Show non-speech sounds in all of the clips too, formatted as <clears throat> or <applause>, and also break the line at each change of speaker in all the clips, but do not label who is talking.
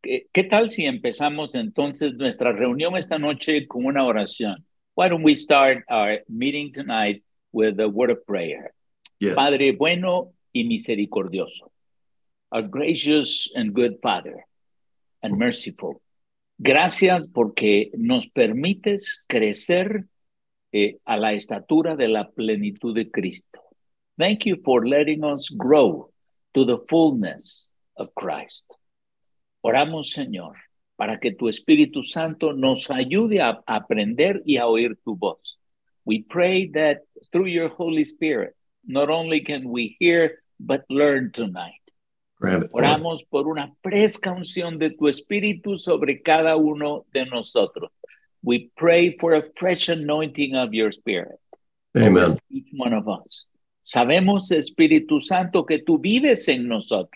¿Qué tal si empezamos entonces nuestra reunión esta noche con una oración? Why don't we start our meeting tonight with a word of prayer?
Yes.
Padre bueno y misericordioso, our gracious and good Father and merciful. Gracias porque nos permites crecer eh, a la estatura de la plenitud de Cristo. Thank you for letting us grow to the fullness of Christ. Oramos, Señor, para que tu Espíritu Santo nos ayude a aprender y a oír tu voz. We pray that through your Holy Spirit, not only can we hear, but learn tonight.
Grant it, Lord.
Oramos por una fresca unción de tu Espíritu sobre cada uno de nosotros. We pray for a fresh anointing of your Spirit.
Amen.
each one of us. Sabemos, Espíritu Santo, que tú vives en nosotros.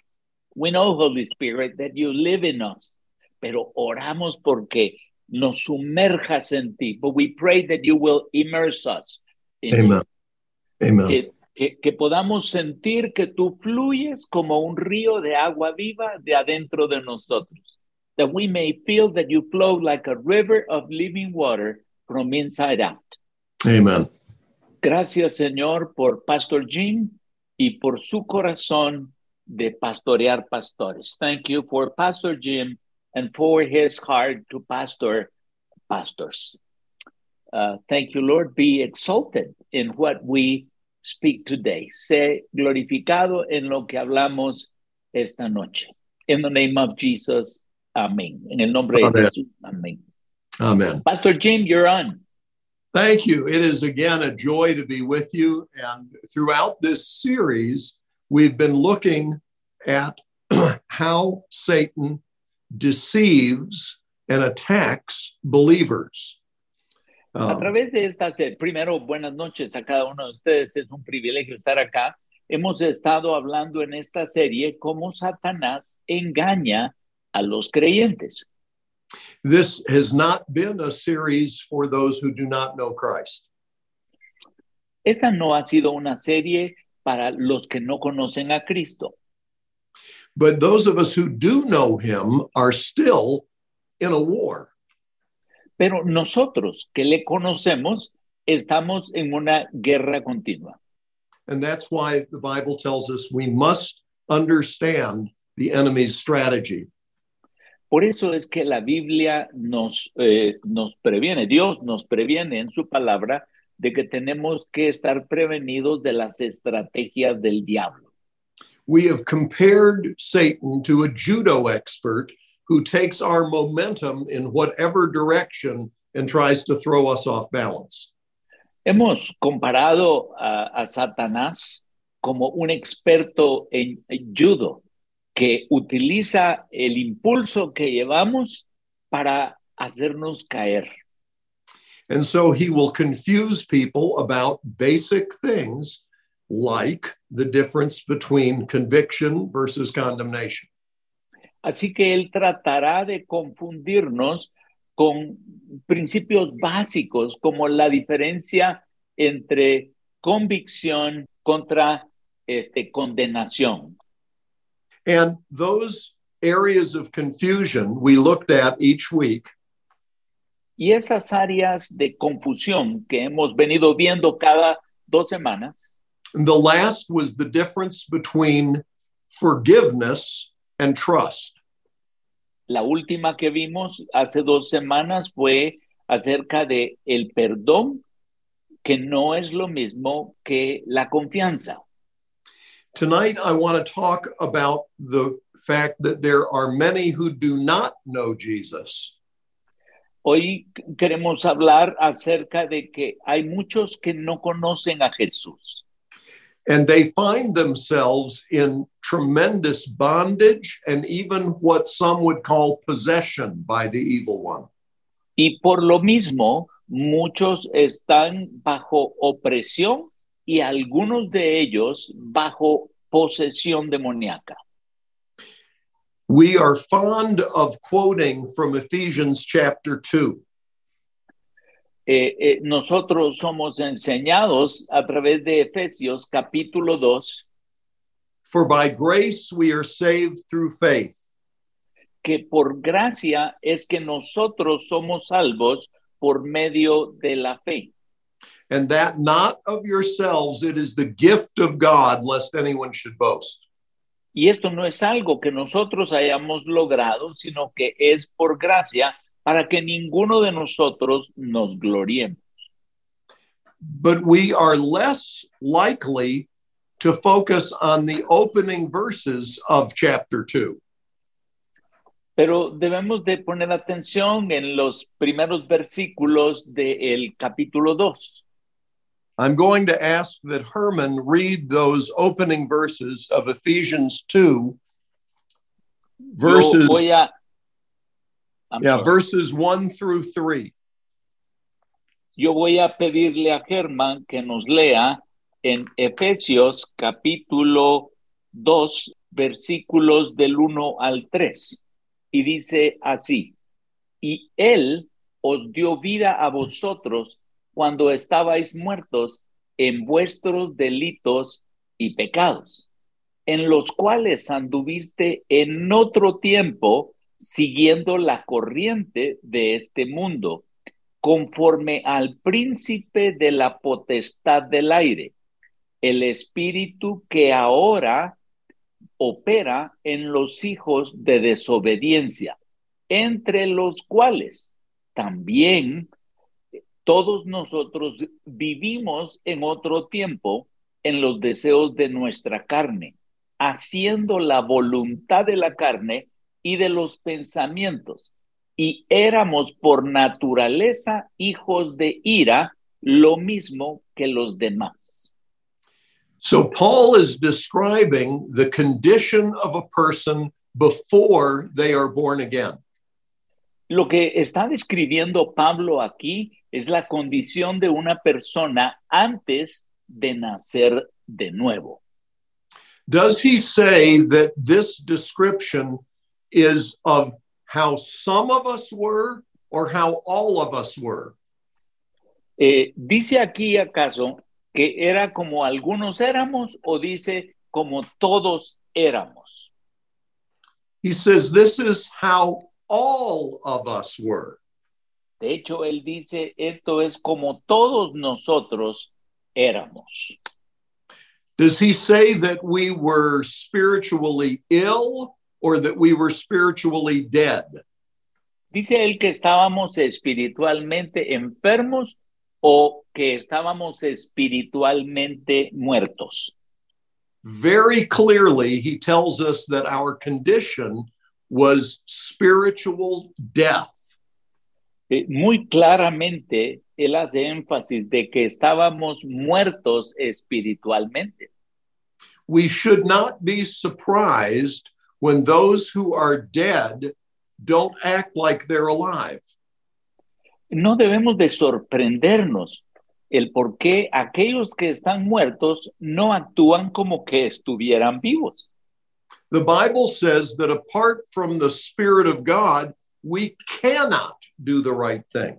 We know, Holy Spirit, that you live in us. Pero oramos porque nos sumerjas en ti. But we pray that you will immerse us. In you.
Amen. Amen.
Que, que- que podamos sentir que tú fluyes como un río de agua viva de adentro de nosotros. That we may feel that you flow like a river of living water from inside out.
Amen.
Gracias, Señor, por Pastor Jim y por su corazón de pastorear pastores. Thank you for Pastor Jim and for his heart to pastor pastors. Uh, thank you, Lord. Be exalted in what we speak today. Sé glorificado en lo que hablamos esta noche. In the name of Jesus, amén. En el nombre de
Amén.
Jesús, amén.
Amen.
Pastor Jim, you're on.
Thank you. It is again a joy to be with you. And throughout this series, we've been looking at <clears throat> how Satan deceives and attacks believers.
A
Um,
través de estas, eh, primero, buenas noches a cada uno de ustedes. Es un privilegio estar acá. Hemos estado hablando en esta serie cómo Satanás engaña a los creyentes.
this has not been a series for those who do not know Christ.
Esta no ha sido una serie para los que no conocen a Cristo,
But those of us who do know him are still in a war.
pero nosotros que le conocemos estamos en una guerra continua.
And that's why the Bible tells us we must understand the enemy's strategy.
Por eso es que la Biblia nos, eh, nos previene, Dios nos previene en su palabra de que tenemos que estar prevenidos de las estrategias del diablo.
We have compared Satan to a judo expert who takes our momentum in whatever direction and tries to throw us off balance.
Hemos comparado a, a Satanás como un experto en, en judo que utiliza el impulso que llevamos para hacernos caer.
And so he will confuse people about basic things like the difference between conviction versus condemnation.
Así que él tratará de confundirnos con principios básicos como la diferencia entre convicción contra este, condenación.
And those areas of confusion we looked at each week
Y esas áreas de confusión que hemos venido viendo cada dos semanas,
And the last was the difference between forgiveness and trust.
la última que vimos hace dos semanas fue acerca de el perdón, que no es lo mismo que la confianza.
Tonight, I want to talk about the fact that there are many who do not know Jesus,
Hoy queremos hablar acerca de que hay muchos que no conocen a Jesús
and they find themselves in tremendous bondage and even what some would call possession by the evil one.
y por lo mismo muchos están bajo opresión y algunos de ellos bajo posesión demoníaca.
We are fond of quoting from Ephesians chapter 2.
Eh, eh, nosotros somos enseñados a través de Efesios capítulo 2,
For by grace we are saved through faith.
que por gracia es que nosotros somos salvos por medio de la fe.
and that not of yourselves, it is the gift of God, lest anyone should boast.
Y esto no es algo que nosotros hayamos logrado, sino que es por gracia para que ninguno de nosotros nos gloriemos.
But we are less likely to focus on the opening verses of chapter 2.
Pero debemos de poner atención en los primeros versículos del capítulo 2.
I'm going to ask that Herman read those opening verses of Ephesians 2,
Yo
verses,
voy a... I'm
yeah,
sorry.
verses 1 through 3.
Yo voy a pedirle a Germán que nos lea en Efesios capítulo 2, versículos del 1 al 3. Y dice así, y Él os dio vida a vosotros cuando estabais muertos en vuestros delitos y pecados, en los cuales anduviste en otro tiempo siguiendo la corriente de este mundo conforme al príncipe de la potestad del aire, el espíritu que ahora opera en los hijos de desobediencia, entre los cuales también todos nosotros vivimos en otro tiempo en los deseos de nuestra carne, haciendo la voluntad de la carne y de los pensamientos y éramos por naturaleza hijos de ira, lo mismo que los demás.
So Paul is describing the condition of a person before they are born again.
Lo que está describiendo Pablo aquí es la condición de una persona antes de nacer de nuevo.
Does he say that this description is of how some of us were or how all of us were?
Eh, ¿Dice aquí acaso que era como algunos éramos o dice como todos éramos?
He says this is how all of us were.
De hecho, él dice, esto es como todos nosotros éramos.
Does he say that we were spiritually ill or that we were spiritually dead?
Dice él que estábamos espiritualmente enfermos o que estábamos espiritualmente muertos.
Very clearly, he tells us that our condition was spiritual death.
Eh, muy claramente, él hace énfasis de que estábamos muertos espiritualmente.
we should not be surprised when those who are dead don't act like they're alive.
No debemos de sorprendernos el por qué aquellos que están muertos no actúan como que estuvieran vivos.
The Bible says that apart from the Spirit of God, we cannot do the right thing.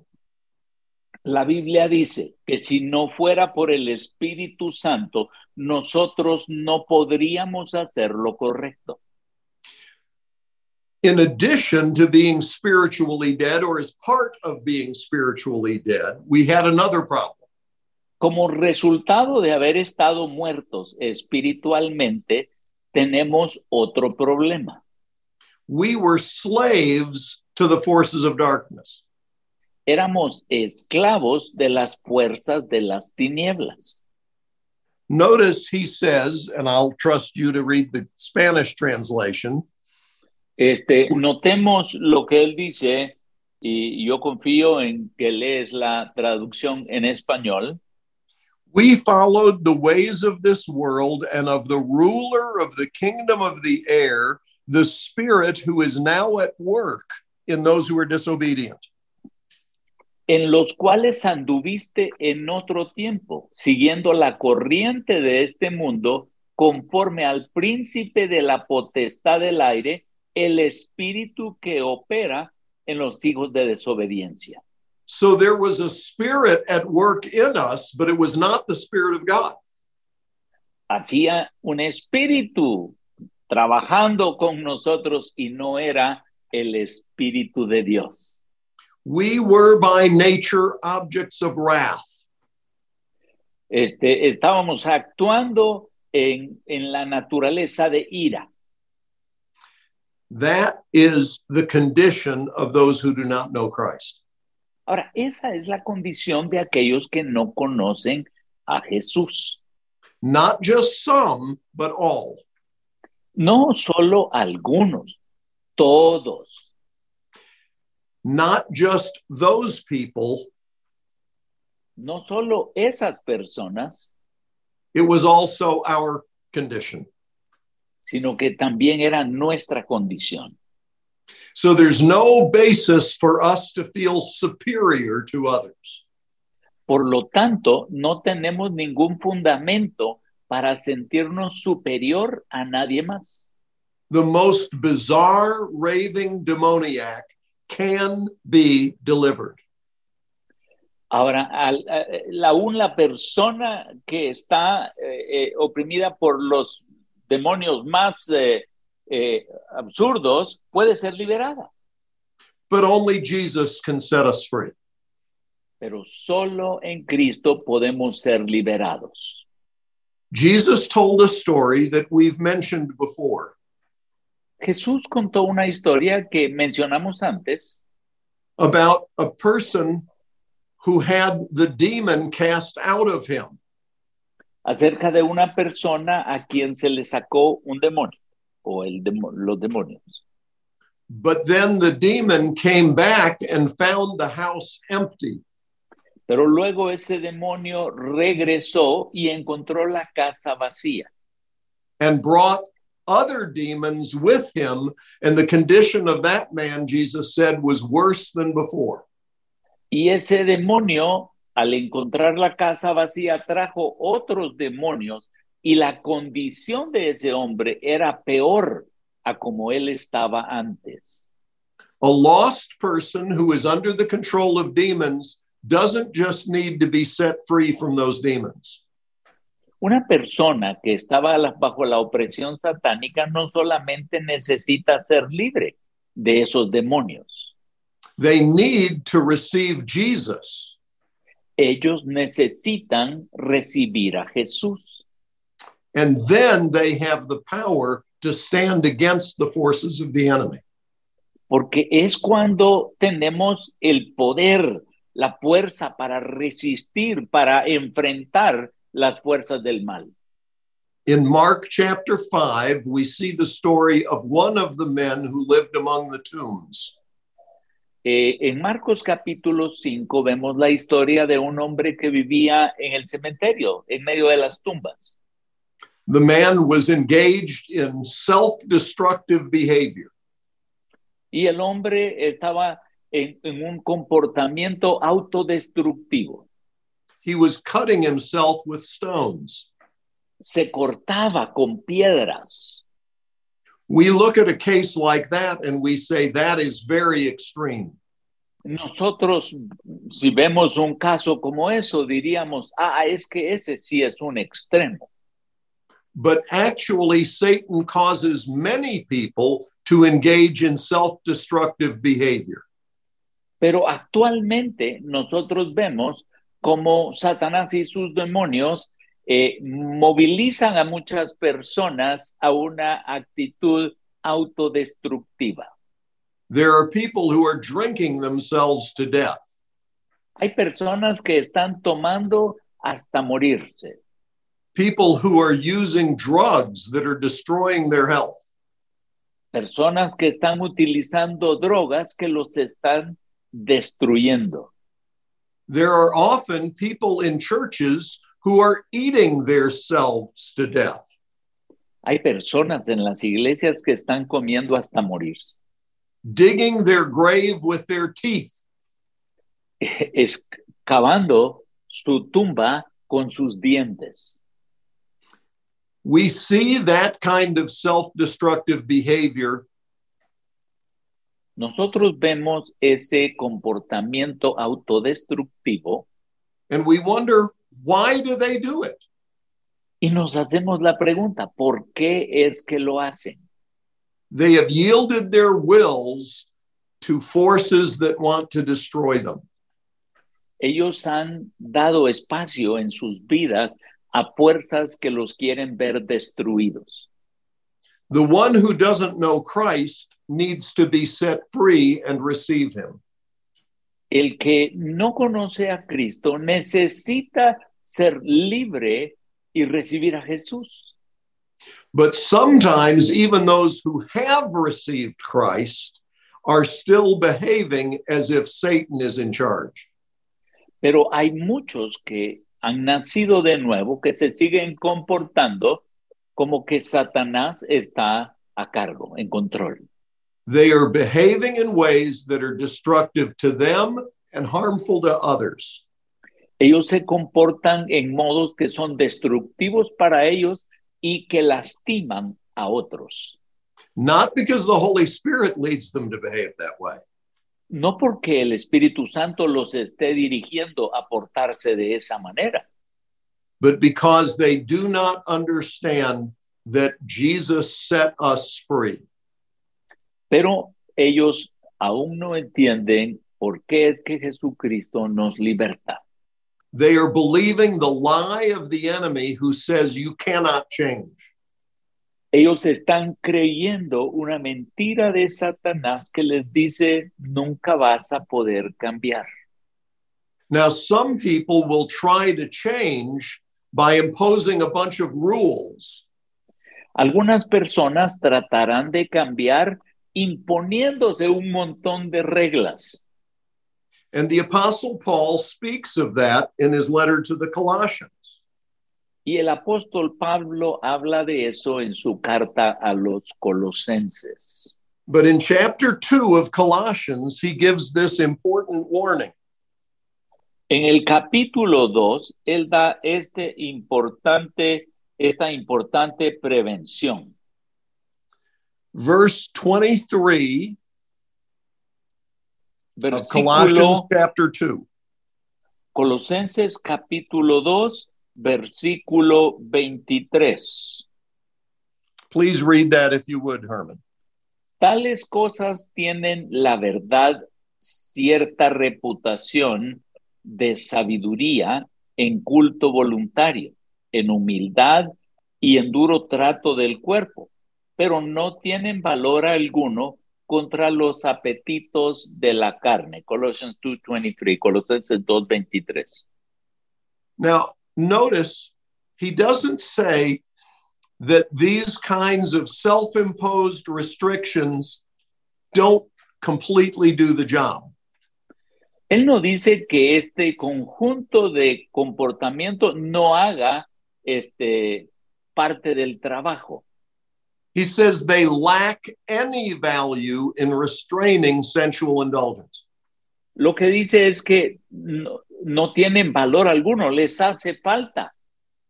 La Biblia dice que si no fuera por el Espíritu Santo, nosotros no podríamos hacer lo correcto.
In addition to being spiritually dead, or as part of being spiritually dead, we had another problem.
Como resultado de haber estado muertos espiritualmente, tenemos otro problema.
We were slaves to the forces of darkness.
Éramos esclavos de las fuerzas de las tinieblas.
Notice he says, and I'll trust you to read the Spanish translation
Este, notemos lo que él dice, y yo confío en que lees la traducción en español.
We followed the ways of this world and of the ruler of the kingdom of the air, the spirit who is now at work in those who are disobedient.
en los cuales anduviste en otro tiempo, siguiendo la corriente de este mundo, conforme al príncipe de la potestad del aire, el espíritu que opera en los hijos de desobediencia.
So there was a spirit at work in us, but it was not the spirit of God.
Había un espíritu trabajando con nosotros y no era el Espíritu de Dios.
We were by nature objects of wrath.
Este, estábamos actuando en, en la naturaleza de ira.
That is the condition of those who do not know Christ.
Ahora, esa es la condición de aquellos que no conocen a Jesús.
Not just some, but all.
No solo algunos, todos.
Not just those people.
No solo esas personas,
It was also our condition.
sino que también era nuestra condición.
So there's no basis for us to feel superior to others.
Por lo tanto, no tenemos ningún fundamento para sentirnos superior a nadie más.
The most bizarre raving demoniac can be delivered.
Ahora, al- a- eh, la- aún la persona que está eh, eh, oprimida por los demonios más eh, eh, absurdos puede ser liberada,
but only Jesus can set us free.
pero solo en Cristo podemos ser liberados.
Jesus told a story that we've mentioned before
Jesús contó una historia que mencionamos antes
about a person who had the demon cast out of him.
acerca de una persona a quien se le sacó un demonio o el demo- los demonios.
But then the demon came back and found the house empty.
Pero luego ese demonio regresó y encontró la casa vacía.
and brought other demons with him. And the condition of that man, Jesus said, was worse than before.
Y ese demonio, al encontrar la casa vacía, trajo otros demonios y la condición de ese hombre era peor a como él estaba antes.
A lost person who is under the control of demons doesn't just need to be set free from those demons.
Una persona que estaba a la- bajo la opresión satánica no solamente necesita ser libre de esos demonios,
They need to receive Jesus.
ellos necesitan recibir a Jesús
And then they have the power to stand against the forces of the enemy.
porque es cuando tenemos el poder, la fuerza para resistir, para enfrentar las fuerzas del mal.
In Mark chapter 5, we see the story of one of the men who lived among the tombs.
Eh, en Marcos capítulo 5 vemos la historia de un hombre que vivía en el cementerio, en medio de las tumbas.
The man was engaged in self destructive behavior.
Y el hombre estaba en, en un comportamiento autodestructivo.
He was cutting himself with stones.
Se cortaba con piedras.
We look at a case like that and we say that is very extreme.
Nosotros, si vemos un caso como eso, diríamos, ah, es que ese sí es un extremo.
But actually, Satan causes many people to engage in self destructive behavior.
Pero actualmente nosotros vemos cómo Satanás y sus demonios eh, movilizan a muchas personas a una actitud autodestructiva.
There are people who are drinking themselves to death.
Hay personas que están tomando hasta morirse,
People who are using drugs that are destroying their health.
personas que están utilizando drogas que los están destruyendo.
there are often people in churches who are eating themselves to death.
Hay personas en las iglesias que están comiendo hasta morirse, <laughs>
Digging their grave with their teeth.
excavando su tumba con sus dientes.
We see that kind of self destructive behavior
Nosotros vemos ese comportamiento autodestructivo
and we wonder why do they do it?
y nos hacemos la pregunta, ¿por qué es que lo hacen?
They have yielded their wills to forces that want to destroy them.
Ellos han dado espacio en sus vidas a fuerzas que los quieren ver destruidos.
The one who doesn't know Christ needs to be set free and receive him.
El que no conoce a Cristo necesita ser libre y recibir a Jesús.
But sometimes, even those who have received Christ are still behaving as if Satan is in charge.
Pero hay muchos que han nacido de nuevo que se siguen comportando como que Satanás está a cargo, en control.
They are behaving in ways that are destructive to them and harmful to others.
Ellos se comportan en modos que son destructivos para ellos y que lastiman a otros.
Not because the Holy Spirit leads them to behave that way,
No porque el Espíritu Santo los esté dirigiendo a portarse de esa manera,
but because they do not understand that Jesus set us free.
pero ellos aún no entienden por qué es que Jesucristo nos liberta.
They are believing the lie of the enemy who says you cannot change.
Ellos están creyendo una mentira de Satanás que les dice nunca vas a poder cambiar.
Now, some people will try to change by imposing a bunch of rules,
Algunas personas tratarán de cambiar imponiéndose un montón de reglas.
and the Apostle Paul speaks of that in his letter to the Colossians.
Y el apóstol Pablo habla de eso en su carta a los colosenses.
But in chapter 2 of Colossians, he gives this important warning.
En el capítulo 2, él da este importante, esta importante prevención.
Verse 23 of Colossians
Versículo
chapter 2.
Colosenses capítulo 2, versículo 23.
Please read that if you would, Herman.
Tales cosas tienen la verdad cierta reputación de sabiduría en culto voluntario, en humildad y en duro trato del cuerpo, pero no tienen valor alguno contra los apetitos de la carne. Colossians 2:23, Colosenses 2:23.
Now, notice he doesn't say that these kinds of self imposed restrictions don't completely do the job.
Él no dice que este conjunto de comportamiento no haga este, parte del trabajo.
He says they lack any value in restraining sensual indulgence.
lo que dice es que no, no tienen valor alguno, les hace falta,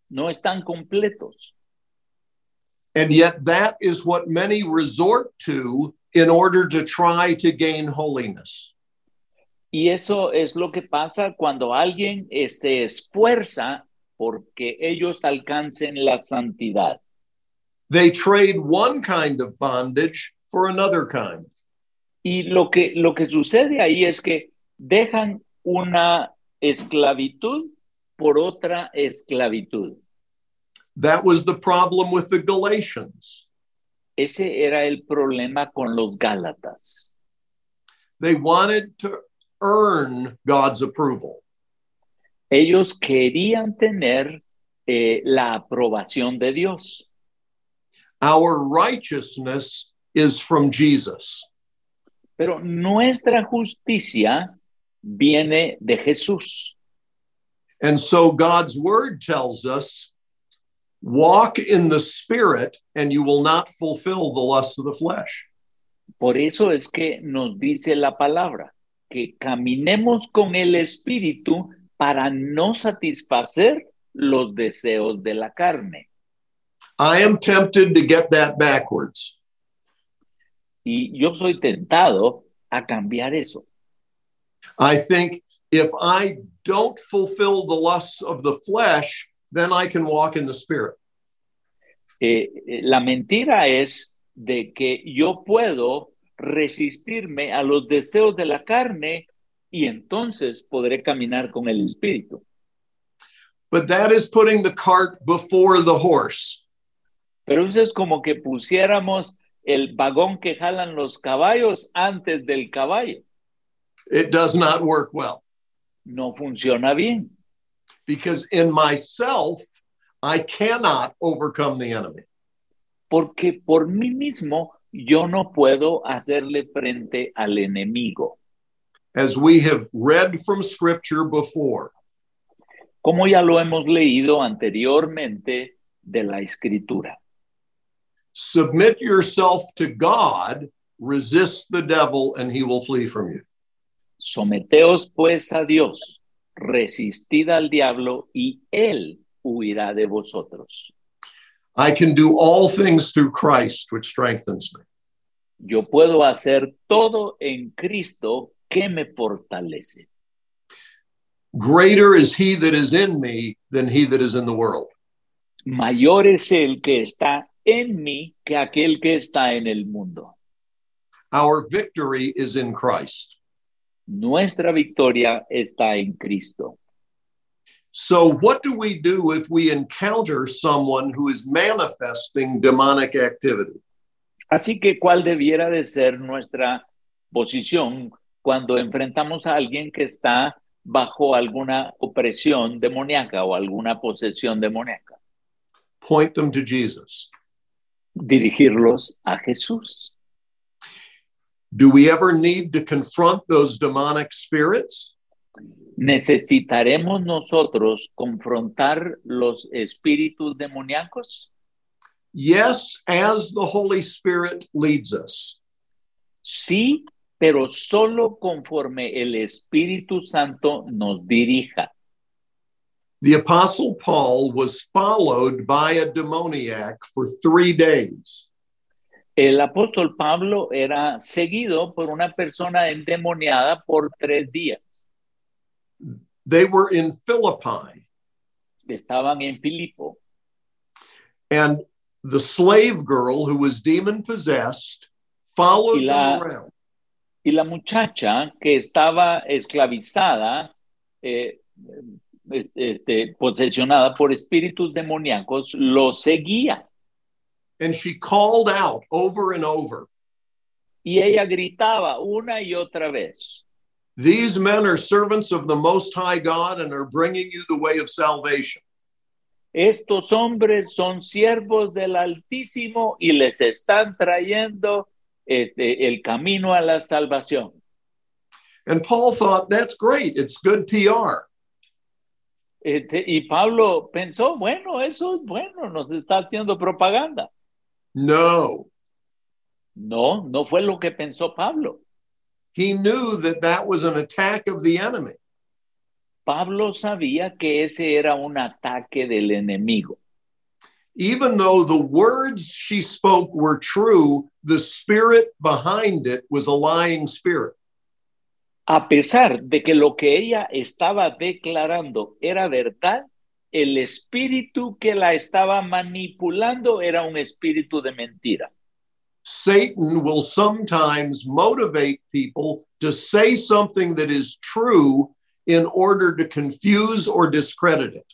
no están completos.
And yet, that is what many resort to in order to try to gain holiness.
Y eso es lo que pasa cuando alguien eh, se esfuerza porque ellos alcancen la santidad.
They trade one kind of bondage for another kind.
Y lo que, lo que sucede ahí es que dejan una esclavitud por otra esclavitud.
That was the problem with the Galatians.
Ese era el problema con los Gálatas.
They wanted to earn God's approval.
Ellos querían tener eh, la aprobación de Dios.
Our righteousness is from Jesus.
Pero nuestra justicia viene de Jesús.
And so God's word tells us walk in the spirit, and you will not fulfill the lust of the flesh.
Por eso es que nos dice la palabra, que caminemos con el Espíritu para no satisfacer los deseos de la carne.
I am tempted to get that backwards.
Y yo soy tentado a cambiar eso.
I think if I don't fulfill the lusts of the flesh, then I can walk in the spirit.
Eh, eh, la mentira es, de que yo puedo resistirme a los deseos de la carne y entonces podré caminar con el Espíritu.
But that is putting the cart before the horse.
Pero eso es como que pusiéramos el vagón que jalan los caballos antes del caballo.
It does not work well
No funciona bien.
because in myself, I cannot overcome the enemy.
porque por mí mismo yo no puedo hacerle frente al enemigo.
As we have read from scripture before,
Como ya lo hemos leído anteriormente de la escritura,
submit yourself to God, resist the devil, and he will flee from you.
someteos pues a Dios, resistid al diablo y él huirá de vosotros.
I can do all things through Christ, which strengthens me.
Yo puedo hacer todo en Cristo que me fortalece.
Greater is he that is in me than he that is in the world.
Mayor es el que está en mí que aquel que está en el mundo.
Our victory is in Christ.
Nuestra victoria está en Cristo.
So, what do we do if we encounter someone who is manifesting demonic activity?
Así que, ¿cuál debiera de ser nuestra posición cuando enfrentamos a alguien que está bajo alguna opresión demoníaca o alguna posesión demoníaca?
Point them to Jesus.
Dirigirlos a Jesús.
Do we ever need to confront those demonic spirits?
¿Necesitaremos nosotros confrontar los espíritus demoníacos?
Yes, as the Holy Spirit leads us.
Sí, pero solo conforme el Espíritu Santo nos dirija.
The Apostle Paul was followed by a demoniac for three days.
El apóstol Pablo era seguido por una persona endemoniada por tres días.
They were in Philippi,
estaban en Filipo
and the slave girl who was demon possessed followed
Ila-
them around.
y la muchacha que estaba esclavizada, eh, es- este, posesionada por espíritus demoníacos, lo seguía
And she called out over and over
y ella gritaba una y otra vez,
These men are servants of the Most High God and are bringing you the way of salvation.
estos hombres son siervos del Altísimo y les están trayendo este, el camino a la salvación.
And Paul thought, That's great. It's good PR.
Este, y Pablo pensó, bueno, eso es bueno, nos está haciendo propaganda.
No,
No, no fue lo que pensó Pablo.
he knew that that was an attack of the enemy.
Pablo sabía que ese era un ataque del enemigo.
Even though the words she spoke were true, the spirit behind it was a lying spirit.
A pesar de que lo que ella estaba declarando era verdad, el espíritu que la estaba manipulando era un espíritu de mentira.
Satan will sometimes motivate people to say something that is true in order to confuse or discredit it.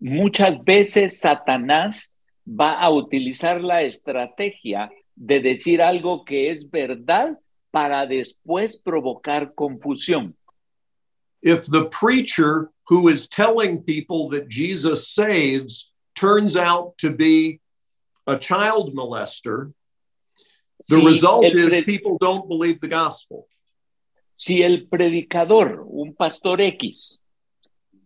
Muchas veces Satanás va a utilizar la estrategia de decir algo que es verdad para después provocar confusión.
If the preacher who is telling people that Jesus saves turns out to be a child molester, the
Si
result
el
is
pre-
people don't believe the gospel.
si el predicador, un pastor X,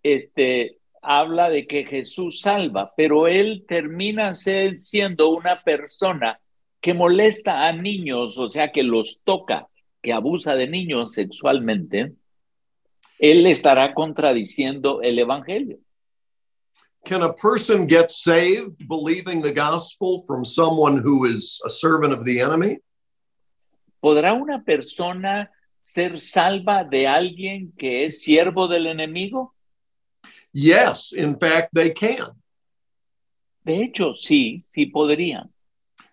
este, habla de que Jesús salva, pero él termina ser- siendo una persona que molesta a niños, o sea, que los toca, que abusa de niños sexualmente, él estará contradiciendo el Evangelio.
Can a person get saved believing the gospel from someone who is a servant of the enemy?
¿Podrá una persona ser salva de alguien que es siervo del enemigo?
Yes, in fact, they can.
De hecho, sí, sí podrían.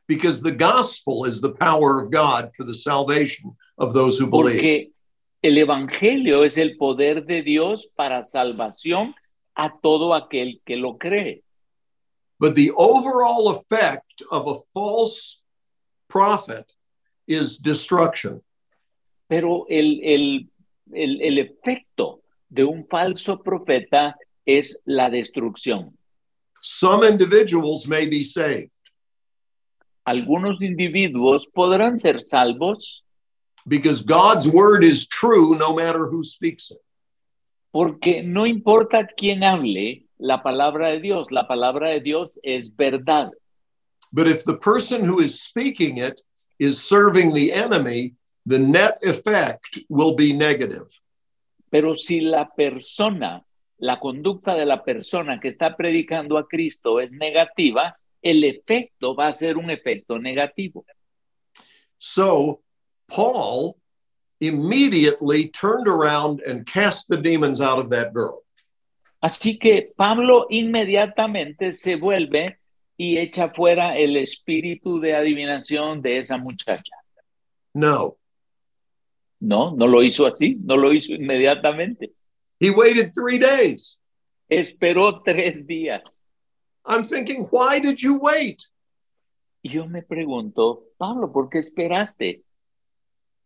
because the gospel is the power of God for the salvation of those who believe.
Porque el Evangelio es el poder de Dios para salvación a todo aquel que lo cree.
But the overall effect of a false prophet is destruction.
Pero el, el- el- el efecto de un falso profeta es la destrucción.
Some individuals may be saved
Algunos individuos podrán ser salvos
because God's word is true no matter who speaks it.
porque no importa quién hable la palabra de Dios, la palabra de Dios es verdad.
But if the person who is speaking it is serving the enemy, the net effect will be negative.
Pero si la persona, la conducta de la persona que está predicando a Cristo es negativa, el efecto va a ser un efecto negativo.
So Paul immediately turned around and cast the demons out of that girl.
Así que Pablo inmediatamente se vuelve y echa fuera el espíritu de adivinación de esa muchacha.
No,
No, no lo hizo así, no lo hizo inmediatamente.
he waited three days.
Esperó tres días.
I'm thinking, why did you wait?
Y yo me pregunto, Pablo, ¿por qué esperaste?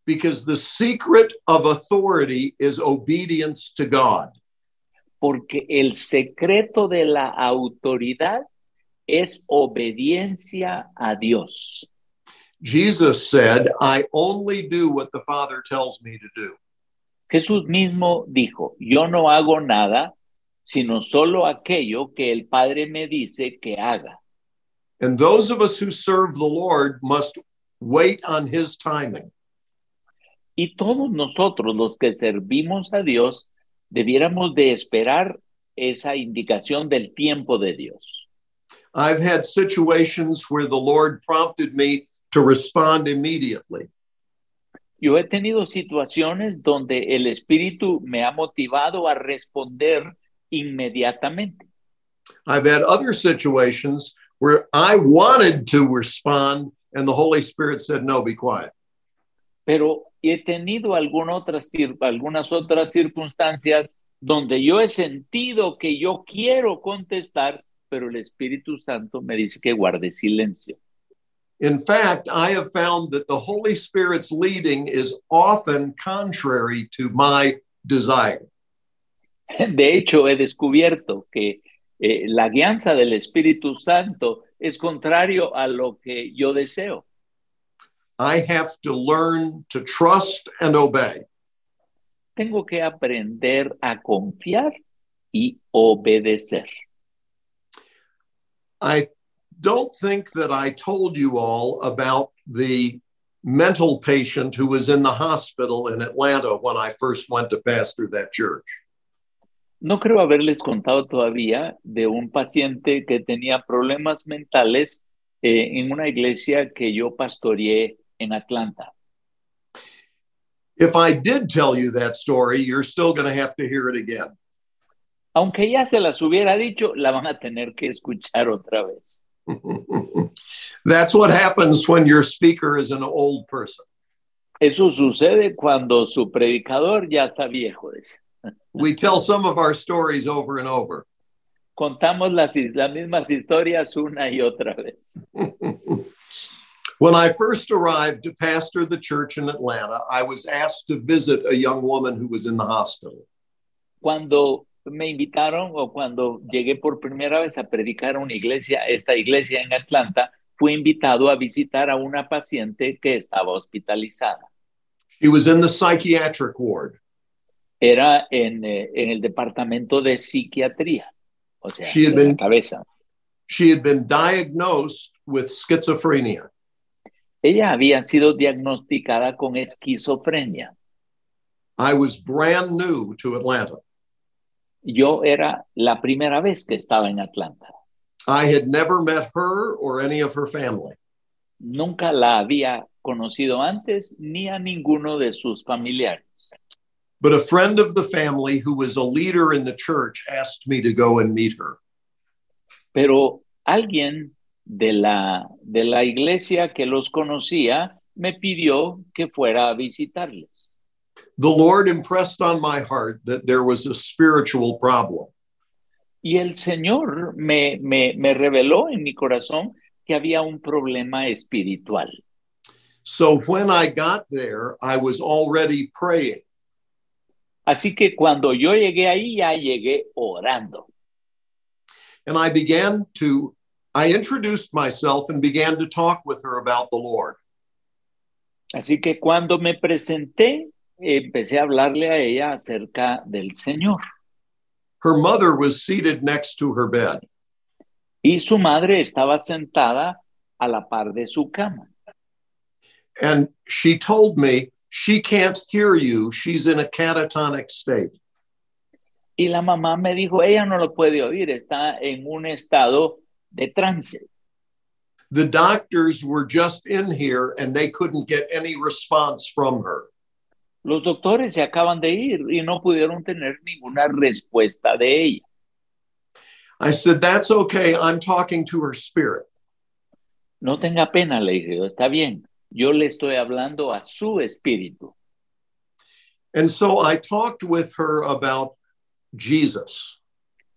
Because the secret of authority is obedience to God.
Porque el secreto de la autoridad es obediencia a Dios.
Jesus said, I only do what the Father tells me to do.
Jesús mismo dijo, yo no hago nada, sino solo aquello que el Padre me dice que haga.
And those of us who serve the Lord must wait on his timing.
Y todos nosotros los que servimos a Dios debiéramos de esperar esa indicación del tiempo de Dios.
I've had situations where the Lord prompted me to respond immediately.
Yo he tenido situaciones donde el Espíritu me ha motivado a responder inmediatamente.
I've had other situations where I wanted to respond and the Holy Spirit said, No, be quiet.
pero he tenido alguna otra cir- algunas otras circunstancias donde yo he sentido que yo quiero contestar, pero el Espíritu Santo me dice que guarde silencio. <laughs>
In fact, I have found that the Holy Spirit's leading is often contrary to my desire.
De hecho, he descubierto que eh, la guianza del Espíritu Santo es contrario a lo que yo deseo.
I have to learn to trust and obey.
Tengo que aprender a confiar y obedecer.
I don't think that I told you all about the mental patient who was in the hospital in Atlanta when I first went to pastor that church.
No creo haberles contado todavía de un paciente que tenía problemas mentales eh, en una iglesia que yo pastoreé en Atlanta.
If I did tell you that story, you're still going to have to hear it again. <laughs>
Aunque ya se las hubiera dicho, la van a tener que escuchar otra vez.
That's what happens when your speaker is an old person.
Eso sucede cuando su predicador ya está viejo. dice.
We tell some of our stories over and over. <laughs>
Contamos las, his- las mismas historias una y otra vez.
When I first arrived to pastor the church in Atlanta, I was asked to visit a young woman who was in the hospital.
Cuando me invitaron o cuando llegué por primera vez a predicar a una iglesia, esta iglesia en Atlanta, fui invitado a visitar a una paciente que estaba hospitalizada.
She was in the psychiatric ward.
Era en, eh, en el departamento de psiquiatría, o sea,
Sí,
de la
ven.
cabeza.
She had been diagnosed with schizophrenia.
Ella había sido diagnosticada con esquizofrenia.
I was brand new to Atlanta.
Yo era la primera vez que estaba en Atlanta.
I had never met her or any of her family.
Nunca la había conocido antes ni a ninguno de sus familiares.
But a friend of the family who was a leader in the church asked me to go and meet her.
Pero alguien de la, de la iglesia que los conocía me pidió que fuera a visitarles.
The Lord impressed on my heart that there was a spiritual problem.
Y el Señor me, me, me reveló en mi corazón que había un problema espiritual.
So when I got there, I was already praying.
Así que cuando yo llegué ahí, ya llegué orando.
And I began to, I introduced myself and began to talk with her about the Lord.
Así que cuando me presenté, empecé a hablarle a ella acerca del Señor.
Her mother was seated next to her bed.
Y su madre estaba sentada a la par de su cama.
And she told me she can't hear you. She's in a catatonic state.
Y la mamá me dijo, ella no lo puede oír, está en un estado de trance.
The doctors were just in here and they couldn't get any response from her.
Los doctores se acaban de ir y no pudieron tener ninguna respuesta de ella.
I said, That's okay. I'm talking to her spirit.
No tenga pena, le dije, yo, está bien, yo le estoy hablando a su espíritu.
And so I talked with her about Jesus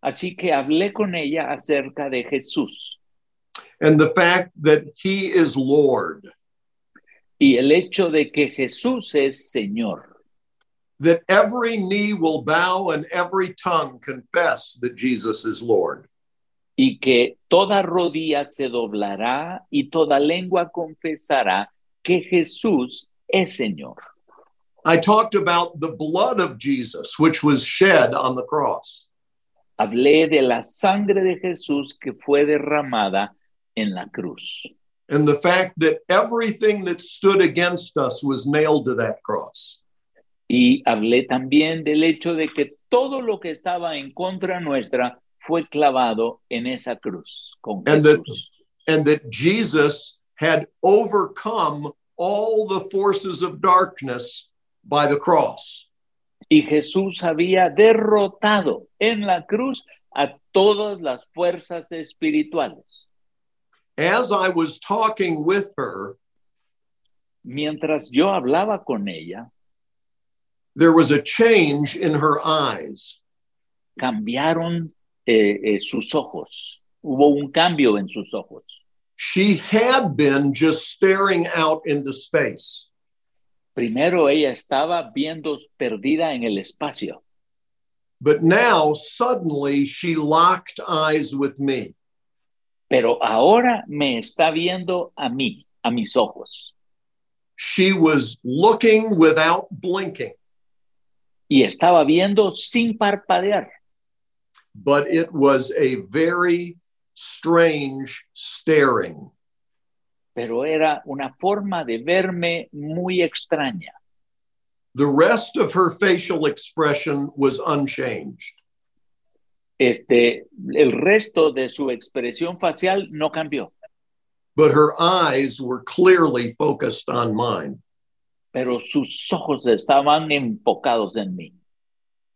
Así que hablé con ella acerca de Jesús
and the fact that he is Lord,
y el hecho de que Jesús es Señor,
that every knee will bow and every tongue confess that Jesus is Lord.
y que toda rodilla se doblará y toda lengua confesará que Jesús es Señor.
I talked about the blood of Jesus, which was shed on the cross.
Hablé de la sangre de Jesús que fue derramada en la cruz.
and the fact that everything that stood against us was nailed to that cross.
Y hablé también del hecho de que todo lo que estaba en contra nuestra fue clavado en esa cruz con
And that-
Jesús.
and that Jesus had overcome all the forces of darkness by the cross.
Y Jesús había derrotado en la cruz a todas las fuerzas espirituales.
As I was talking with her,
Mientras yo hablaba con ella,
there was a change in her eyes.
cambiaron eh, eh, sus ojos. Hubo un cambio en sus ojos.
She had been just staring out into space,
Primero ella estaba viendo perdida en el espacio,
but now suddenly she locked eyes with me.
pero ahora me está viendo a mí, a mis ojos.
She was looking without blinking.
y estaba viendo sin parpadear,
but it was a very strange staring.
pero era una forma de verme muy extraña.
The rest of her facial expression was unchanged.
Este, el resto de su expresión facial no cambió,
But her eyes were clearly focused on mine.
pero sus ojos estaban enfocados en mí.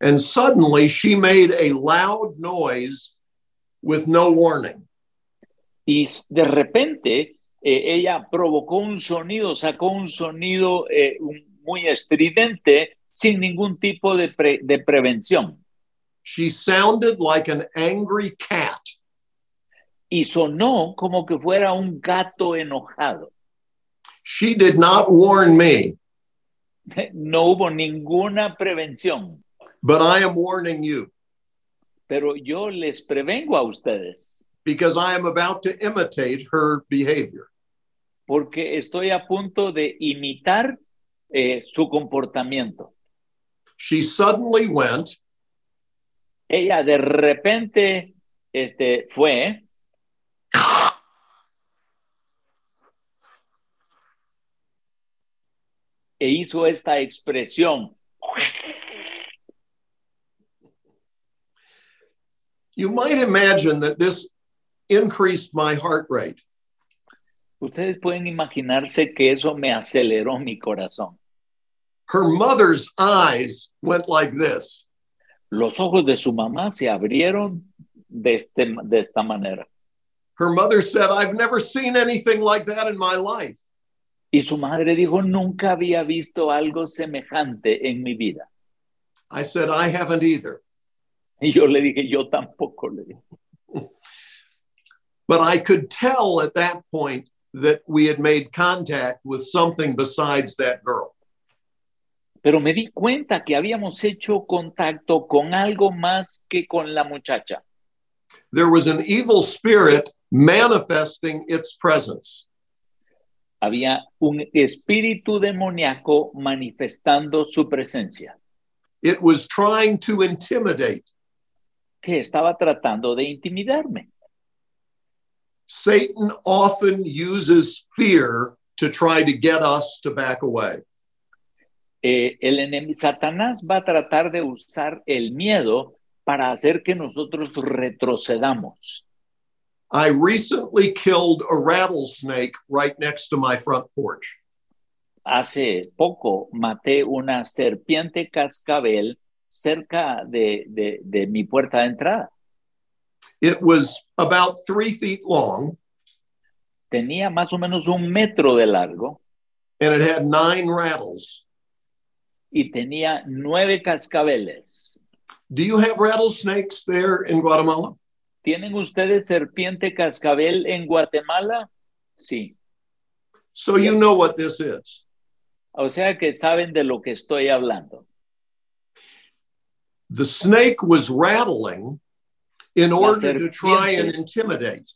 And suddenly she made a loud noise with no warning.
Y s- de repente eh, ella provocó un sonido, sacó un sonido eh, un- muy estridente sin ningún tipo de, pre- de prevención.
She sounded like an angry cat.
Y sonó como que fuera un gato enojado. <laughs>
She did not warn me,
No hubo ninguna prevención.
but I am warning you
pero yo les prevengo a ustedes
because I am about to imitate her behavior.
porque estoy a punto de imitar eh, su comportamiento.
She suddenly went
Ella de repente este, fue e hizo esta expresión.
You might imagine that this increased my heart rate.
Ustedes pueden imaginarse que eso me aceleró mi corazón.
Her mother's eyes went like this,
Los ojos de su mamá se abrieron de, este- de esta manera.
Her mother said, I've never seen anything like that in my life.
Y su madre dijo, nunca había visto algo semejante en mi vida.
I said, I haven't either.
Y yo le dije, yo tampoco le dije.
But I could tell at that point that we had made contact with something besides that girl.
Pero me di cuenta que habíamos hecho contacto con algo más que con la muchacha.
There was an evil spirit manifesting its presence.
Había un espíritu demoníaco manifestando su presencia,
It was trying to intimidate.
que estaba tratando de intimidarme.
Satan often uses fear to try to get us to back away.
Eh, el enemigo, Satanás va a tratar de usar el miedo para hacer que nosotros retrocedamos.
I recently killed a rattlesnake right next to my front porch.
Hace poco maté una serpiente cascabel cerca de, de- de mi puerta de entrada.
It was about three feet long
Tenía más o menos un metro de largo
and it had nine rattles.
y tenía nueve cascabeles.
Do you have rattlesnakes there in Guatemala?
¿Tienen ustedes serpiente cascabel en Guatemala? Sí.
So you know what this is.
O sea que saben de lo que estoy hablando.
The snake was rattling in order to try and
serpiente.
intimidate.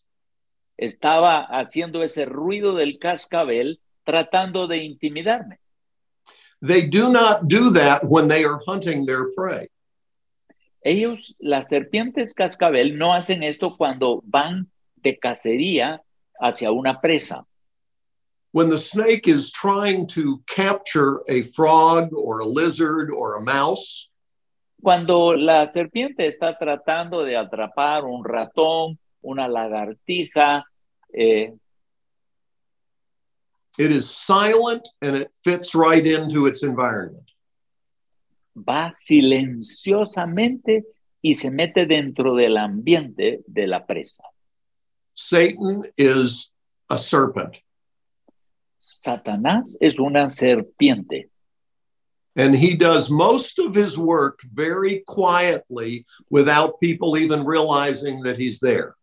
Estaba haciendo ese ruido del cascabel tratando de intimidarme.
They do not do that when they are hunting their prey.
Ellos, las serpientes cascabel, no hacen esto cuando van de cacería hacia una presa.
When the snake is trying to capture a frog or a lizard or a mouse,
Cuando la serpiente está tratando de atrapar un ratón, una lagartija, eh,
it is silent and it fits right into its environment.
va silenciosamente y se mete dentro del ambiente de la presa.
Satan is a serpent
Satanás es una serpiente
and he does most of his work very quietly without people even realizing that he's there.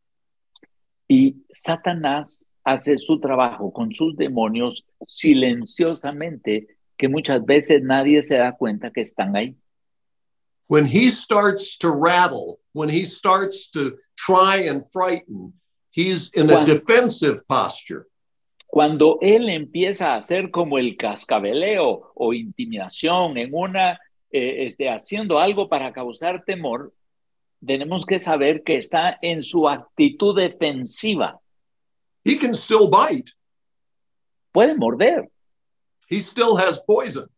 y Satanás hace su trabajo con sus demonios silenciosamente que muchas veces nadie se da cuenta que están ahí.
When he starts to rattle, when he starts to try and frighten, he's in a
Wow.
defensive posture.
Cuando él empieza a hacer como el cascabeleo o intimidación en una, eh, este, haciendo algo para causar temor, tenemos que saber que está en su actitud defensiva.
He can still bite,
Puede morder,
he still has poison,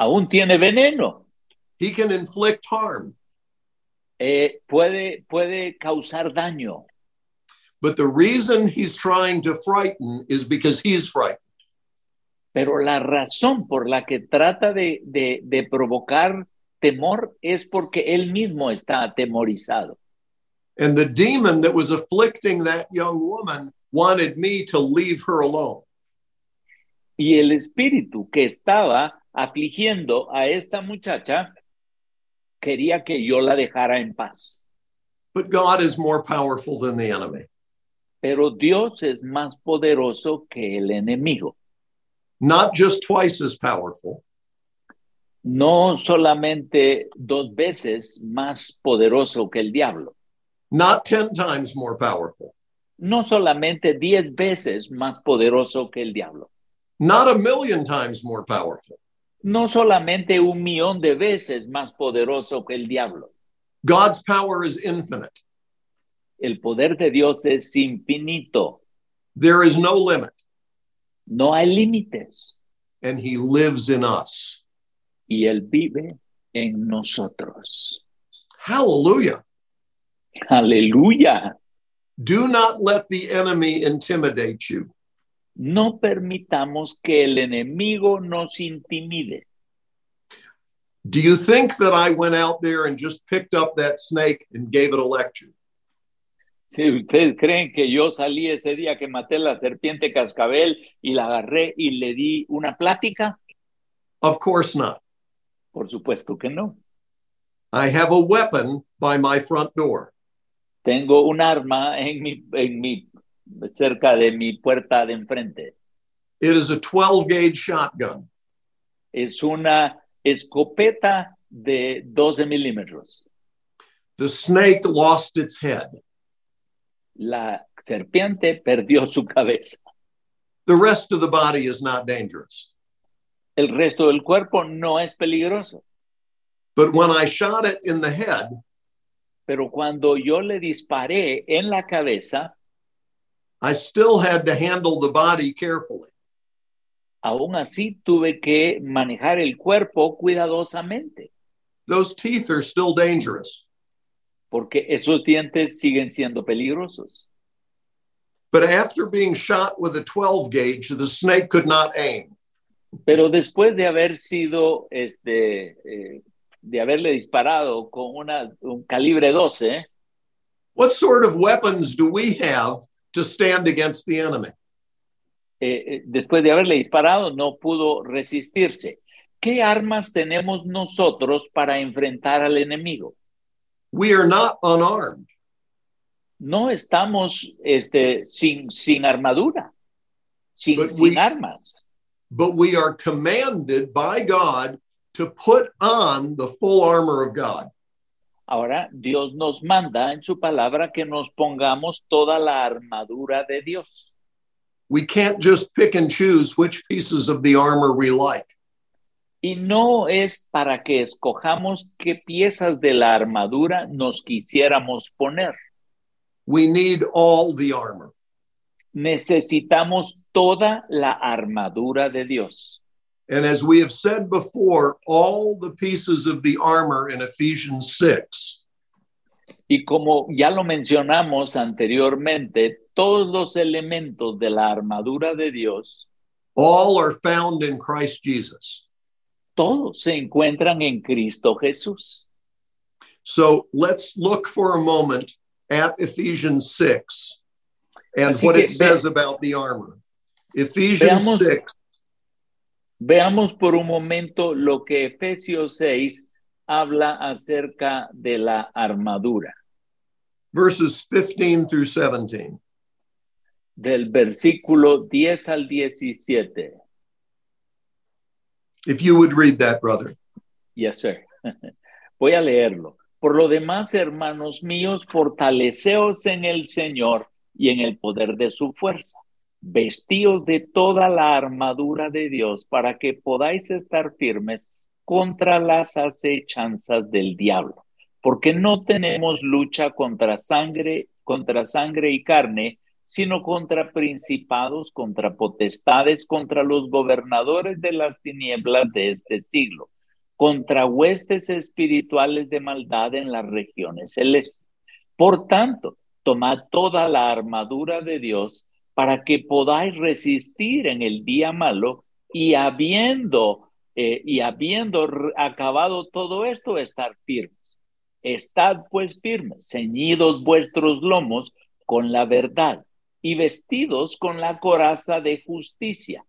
aún tiene veneno,
he can inflict harm.
eh, puede, puede causar daño.
But the reason he's trying to frighten is because he's frightened.
Pero la razón por la que trata de, de- de provocar temor es porque él mismo está atemorizado.
And the demon that was afflicting that young woman wanted me to leave her alone.
Y el espíritu que estaba afligiendo a esta muchacha quería que yo la dejara en paz.
But God is more powerful than the enemy.
Pero Dios es más poderoso que el enemigo.
Not just twice as powerful,
No solamente dos veces más poderoso que el diablo.
not 10 times more powerful,
No solamente diez veces más poderoso que el diablo.
not a million times more powerful.
no solamente un millón de veces más poderoso que el diablo.
God's power is infinite,
El poder de Dios es infinito,
there is no limit,
no hay límites
and He lives in us.
y Él vive en nosotros.
Hallelujah.
Aleluya.
Do not let the enemy intimidate you.
No permitamos que el enemigo nos intimide.
Do you think that I went out there and just picked up that snake and gave it a lecture?
Si ustedes creen que yo salí ese día que maté la serpiente cascabel y la agarré y le di una plática,
Of course not.
por supuesto que no.
I have a weapon by my front door.
Tengo un arma en mi, en mi, cerca de mi puerta de enfrente.
It is a 12 gauge shotgun.
Es una escopeta de 12 milímetros.
The snake lost its head.
La serpiente perdió su cabeza.
The rest of the body is not dangerous.
El resto del cuerpo no es peligroso.
But when I shot it in the head,
Pero cuando yo le disparé en la cabeza,
I still had to handle the body carefully.
aún así tuve que manejar el cuerpo cuidadosamente,
Those teeth are still dangerous.
porque esos dientes siguen siendo peligrosos.
But after being shot with a 12 gauge, the snake could not aim.
Pero después de haber sido, este, eh, de haberle disparado con una, un calibre 12,
What sort of weapons do we have to stand against the enemy?
eh, eh, después de haberle disparado, no pudo resistirse. ¿Qué armas tenemos nosotros para enfrentar al enemigo?
We are not unarmed.
No estamos este, sin, sin armadura, sin,
But
sin
we-
armas,
but we are commanded by God to put on the full armor of God.
Ahora Dios nos manda en su palabra que nos pongamos toda la armadura de Dios.
We can't just pick and choose which pieces of the armor we like.
Y no es para que escojamos qué piezas de la armadura nos quisiéramos poner.
We need all the armor.
Necesitamos toda la armadura de Dios.
And as we have said before, all the pieces of the armor in Ephesians 6
Y como ya lo mencionamos anteriormente, todos los elementos de la armadura de Dios,
all are found in Christ Jesus.
todos se encuentran en Cristo Jesús.
So let's look for a moment at Ephesians 6 and
Así
what
que
it
ve-
says about the armor. Ephesians
Veamos-
6
Veamos por un momento lo que Efesios 6 habla acerca de la armadura,
verses 15 through 17.
del versículo 10 al 17.
If you would read that, brother.
Yes, sir. <laughs> Voy a leerlo. Por lo demás, hermanos míos, fortaleceos en el Señor y en el poder de su fuerza. Vestíos de toda la armadura de Dios para que podáis estar firmes contra las acechanzas del diablo. Porque no tenemos lucha contra sangre, contra sangre y carne, sino contra principados, contra potestades, contra los gobernadores de las tinieblas de este siglo contra huestes espirituales de maldad en las regiones celestes. Por tanto, tomad toda la armadura de Dios para que podáis resistir en el día malo y habiendo eh, y habiendo r- acabado todo esto, estar firmes. Estad pues firmes, ceñidos vuestros lomos con la verdad y vestidos con la coraza de justicia,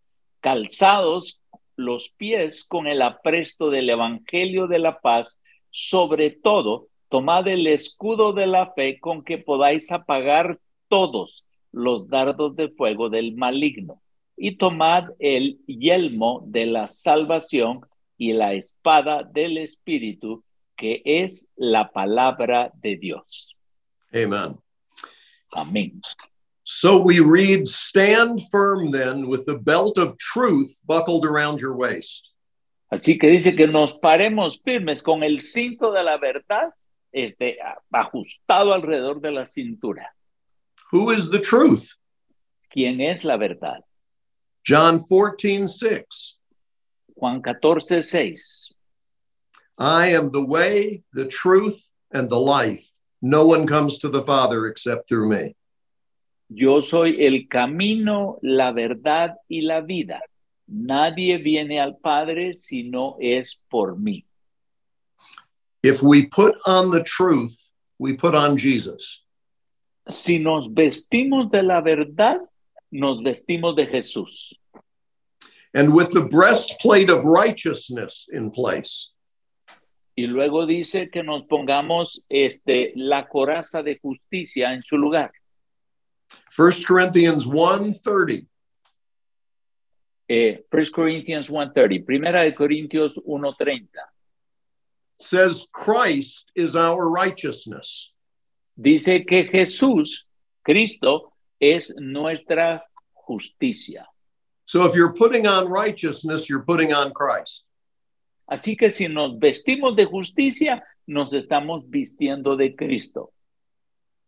calzados los pies con el apresto del Evangelio de la paz, sobre todo, tomad el escudo de la fe con que podáis apagar todos los dardos de fuego del maligno, y tomad el yelmo de la salvación y la espada del Espíritu, que es la palabra de Dios.
Amen.
Amén.
So we read, Stand firm then with the belt of truth buckled around your waist.
Así que dice que nos paremos firmes con el cinto de la verdad este, a- ajustado alrededor de la cintura.
Who is the truth?
¿Quién es la verdad?
John 14, 6.
Juan 14, 6.
I am the way, the truth, and the life. No one comes to the Father except through me.
Yo soy el camino, la verdad y la vida. Nadie viene al Padre si no es por mí.
If we put on the truth, we put on Jesus.
Si nos vestimos de la verdad, nos vestimos de Jesús.
and with the breastplate of righteousness in place.
Y luego dice que nos pongamos este, la coraza de justicia en su lugar.
1 Corinthians 1:30.
Eh, 1 Corinthians 1.30, Primera de Corintios 1.30,
says Christ is our righteousness.
dice que Jesús, Cristo, es nuestra justicia.
So if you're putting on righteousness, you're putting on Christ.
Así que si nos vestimos de justicia, nos estamos vistiendo de Cristo.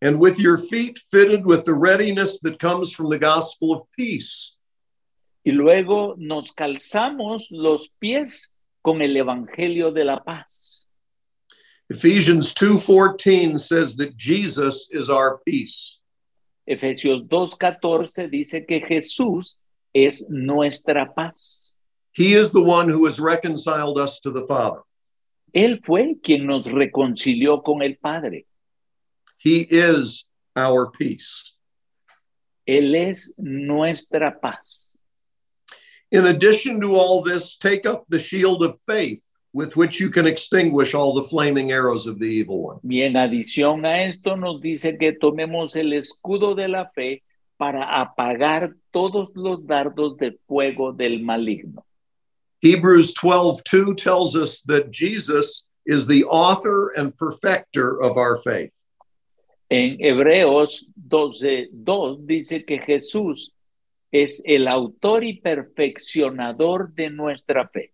And with your feet fitted with the readiness that comes from the gospel of peace.
Y luego nos calzamos los pies con el Evangelio de la Paz.
Ephesians 2:14 says that Jesus is our peace.
Efesios 2.14 dice que Jesús es nuestra paz.
He is the one who has reconciled us to the Father.
Él fue quien nos reconcilió con el Padre.
He is our peace.
Él es nuestra paz.
In addition to all this, take up the shield of faith with which you can extinguish all the flaming arrows of the evil one.
Y en adición a esto nos dice que tomemos el escudo de la fe para apagar todos los dardos de fuego del maligno.
Hebrews 12:2 tells us that Jesus is the author and perfecter of our faith.
En Hebreos 12.2 dice que Jesús es el autor y perfeccionador de nuestra fe.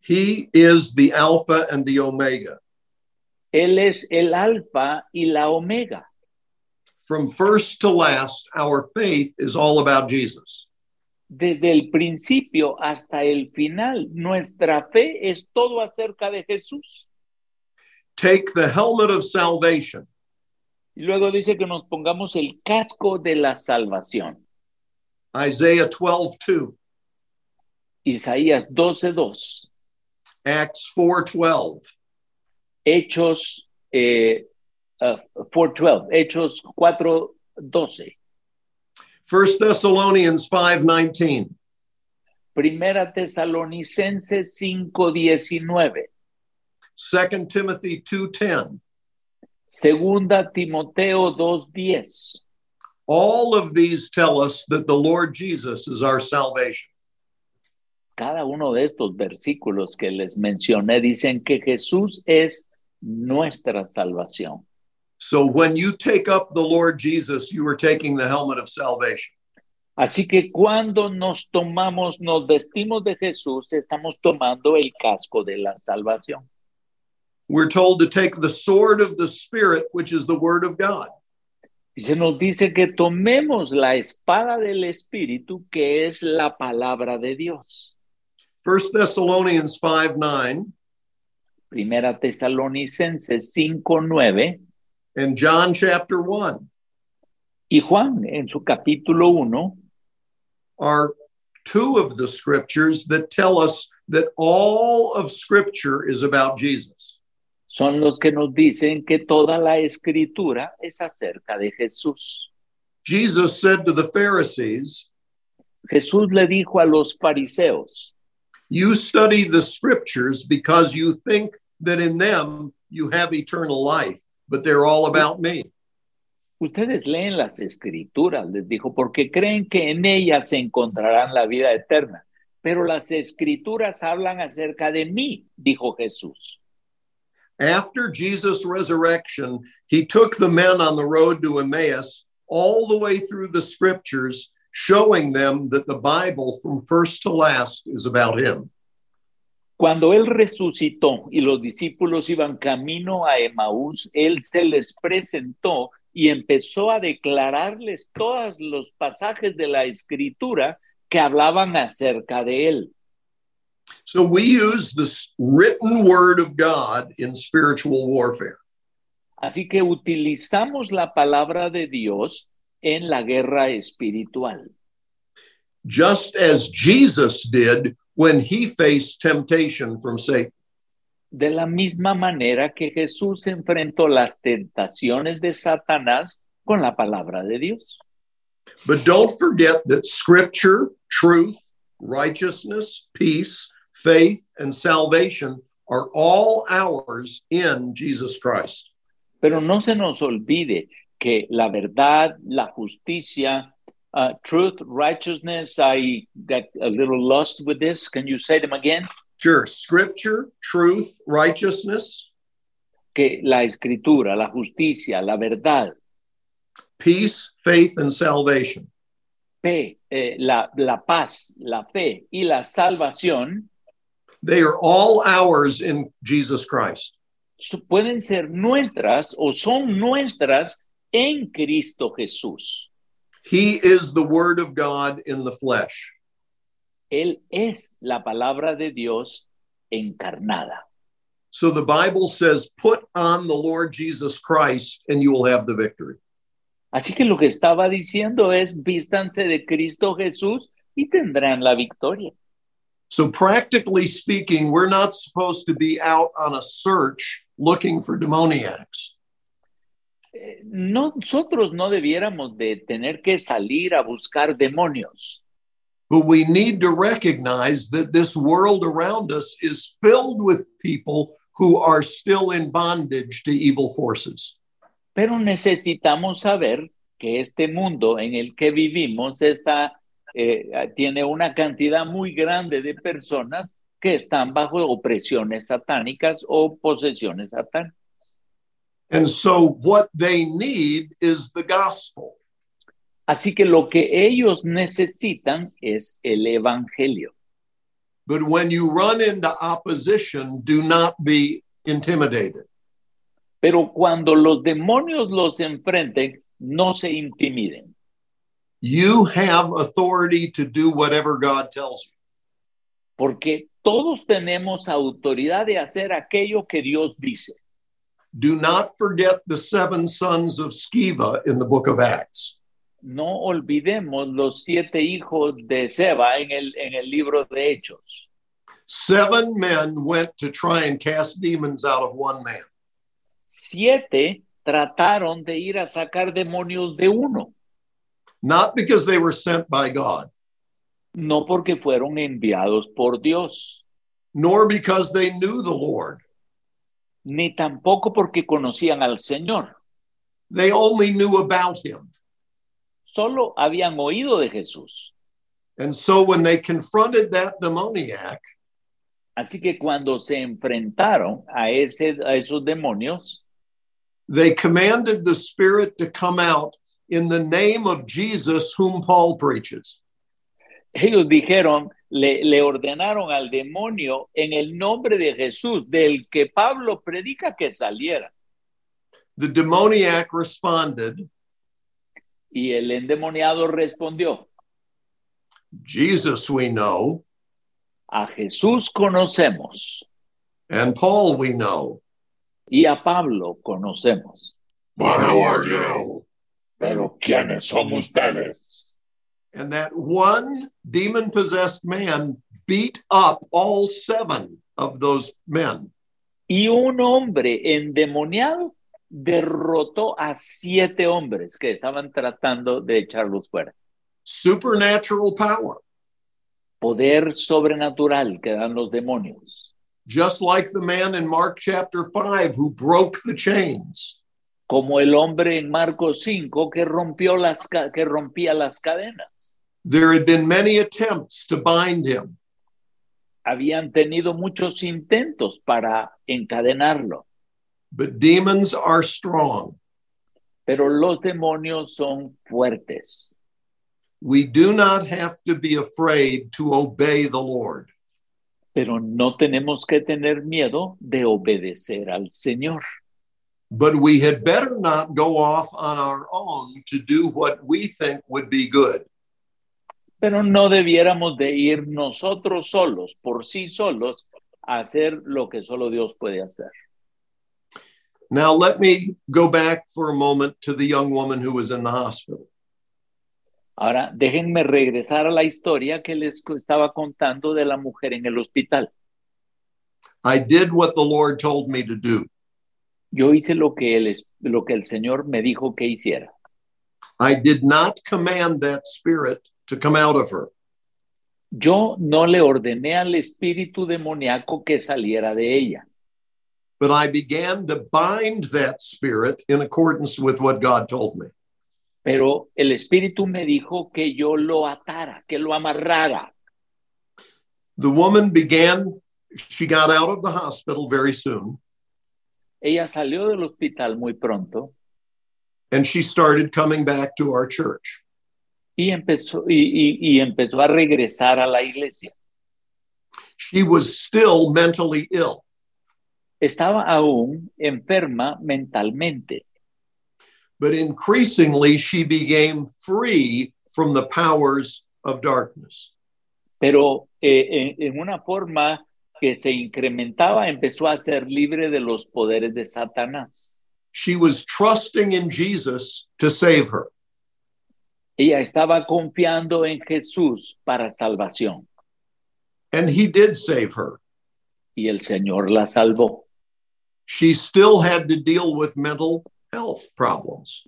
He is the alpha and the omega.
Él es el alfa y la omega.
From first to last, our faith is all about Jesus.
Desde el principio hasta el final, nuestra fe es todo acerca de Jesús.
Take the helmet of salvation
Y luego dice que nos pongamos el casco de la salvación.
Isaiah 12:2,
Isaías 12:2,
Acts 4:12,
Hechos eh, uh, 4:12, Hechos 4:12,
1 Thessalonians 5:19.
Primera Tesalonicenses 5:19,
2 Timothy 2:10.
Segunda Timoteo 2:10.
All of these tell us that the Lord Jesus is our salvation.
Cada uno de estos versículos que les mencioné dicen que Jesús es nuestra salvación.
So when you take up the Lord Jesus, you are taking the helmet of salvation.
Así que cuando nos tomamos, nos vestimos de Jesús, estamos tomando el casco de la salvación.
We're told to take the sword of the Spirit, which is the word of God.
Y se nos dice que tomemos la espada del Espíritu, que es la palabra de Dios.
1 Thessalonians 5 9
Primera Tesalonicenses 5.9
and John chapter 1
y Juan en su capítulo 1
are two of the scriptures that tell us that all of scripture is about Jesus.
son los que nos dicen que toda la escritura es acerca de Jesús.
Jesus said to the Pharisees,
Jesús le dijo a los fariseos,
You study the scriptures because you think that in them you have eternal life, but they're all about me.
ustedes leen las escrituras, les dijo, porque creen que en ellas se encontrarán la vida eterna. Pero las escrituras hablan acerca de mí, dijo Jesús.
After Jesus' resurrection, he took the men on the road to Emmaus all the way through the scriptures, showing them that the Bible from first to last is about him.
Cuando él resucitó y los discípulos iban camino a Emaús, él se les presentó y empezó a declararles todos los pasajes de la escritura que hablaban acerca de él.
So we use this written word of God in spiritual warfare.
Así que utilizamos la palabra de Dios en la guerra espiritual,
just as Jesus did when he faced temptation from Satan.
de la misma manera que Jesús enfrentó las tentaciones de Satanás con la palabra de Dios.
But don't forget that scripture, truth, righteousness, peace, faith, and salvation are all ours in Jesus Christ.
Pero no se nos olvide que la verdad, la justicia, uh, truth, righteousness, I got a little lost with this. Can you say them again?
Sure, scripture, truth, righteousness,
Que la escritura, la justicia, la verdad,
peace, faith, and salvation.
fe, eh, la, la paz, la fe y la salvación
They are all ours in Jesus Christ.
su- pueden ser nuestras o son nuestras en Cristo Jesús.
He is the Word of God in the flesh.
Él es la palabra de Dios encarnada.
So the Bible says, put on the Lord Jesus Christ and you will have the victory.
Así que lo que estaba diciendo es, vístanse de Cristo Jesús y tendrán la victoria.
So, practically speaking, we're not supposed to be out on a search looking for demoniacs.
Eh, no- nosotros no debiéramos de tener que salir a buscar demonios,
But we need to recognize that this world around us is filled with people who are still in bondage to evil forces.
pero necesitamos saber que este mundo en el que vivimos está, eh, tiene una cantidad muy grande de personas que están bajo opresiones satánicas o posesiones satánicas.
And so, what they need is the gospel.
Así que lo que ellos necesitan es el Evangelio.
But when you run into opposition, do not be intimidated.
Pero cuando los demonios los enfrenten, no se intimiden.
You have authority to do whatever God tells you.
porque todos tenemos autoridad de hacer aquello que Dios dice.
Do not forget the seven sons of Sceva in the book of Acts.
No olvidemos los siete hijos de Seba en el, en el libro de Hechos.
Seven men went to try and cast demons out of one man.
Siete trataron de ir a sacar demonios de uno,
not because they were sent by God,
no porque fueron enviados por Dios,
nor because they knew the Lord.
ni tampoco porque conocían al Señor.
They only knew about him.
Solo habían oído de Jesús.
And so when they confronted that demoniac,
Así que cuando se enfrentaron a, ese, a esos demonios, <laughs>
they commanded the spirit to come out in the name of Jesus, whom Paul preaches.
ellos dijeron, le, le ordenaron al demonio en el nombre de Jesús, del que Pablo predica que saliera.
The demoniac responded,
Y el endemoniado respondió,
Jesus we know,
a Jesús conocemos
and Paul we know.
y a Pablo conocemos.
But who are you?
Pero ¿quiénes son ustedes?
And that one demon possessed man beat up all seven of those men.
Y un hombre endemoniado derrotó a siete hombres que estaban tratando de echarlos fuera.
Supernatural power.
Poder sobrenatural que dan los demonios.
just like the man in Mark chapter 5 who broke the chains.
como el hombre en Marcos 5 que rompió las ca- que rompía las cadenas.
There had been many attempts to bind him,
Habían tenido muchos intentos para encadenarlo,
but demons are strong.
pero los demonios son fuertes.
We do not have to be afraid to obey the Lord.
Pero no tenemos que tener miedo de obedecer al Señor.
But we had better not go off on our own to do what we think would be good.
Pero no debiéramos de ir nosotros solos, por sí solos, a hacer lo que solo Dios puede hacer.
Now, let me go back for a moment to the young woman who was in the hospital.
Ahora, déjenme regresar a la historia que les estaba contando de la mujer en el hospital.
I did what the Lord told me to do.
Yo hice lo que, el, es- lo que el Señor me dijo que hiciera.
I did not command that spirit to come out of her.
Yo no le ordené al espíritu demoníaco que saliera de ella,
but I began to bind that spirit in accordance with what God told me.
pero el espíritu me dijo que yo lo atara, que lo amarrara.
The woman began, she got out of the hospital very soon,
Ella salió del hospital muy pronto
and she started coming back to our church.
y empezó, y, y- y empezó a regresar a la iglesia.
She was still mentally ill.
Estaba aún enferma mentalmente,
but increasingly she became free from the powers of darkness.
pero eh, en, en una forma que se incrementaba, empezó a ser libre de los poderes de Satanás.
She was trusting in Jesus to save her.
Ella estaba confiando en Jesús para salvación
And he did save her.
y el Señor la salvó.
She still had to deal with mental health problems.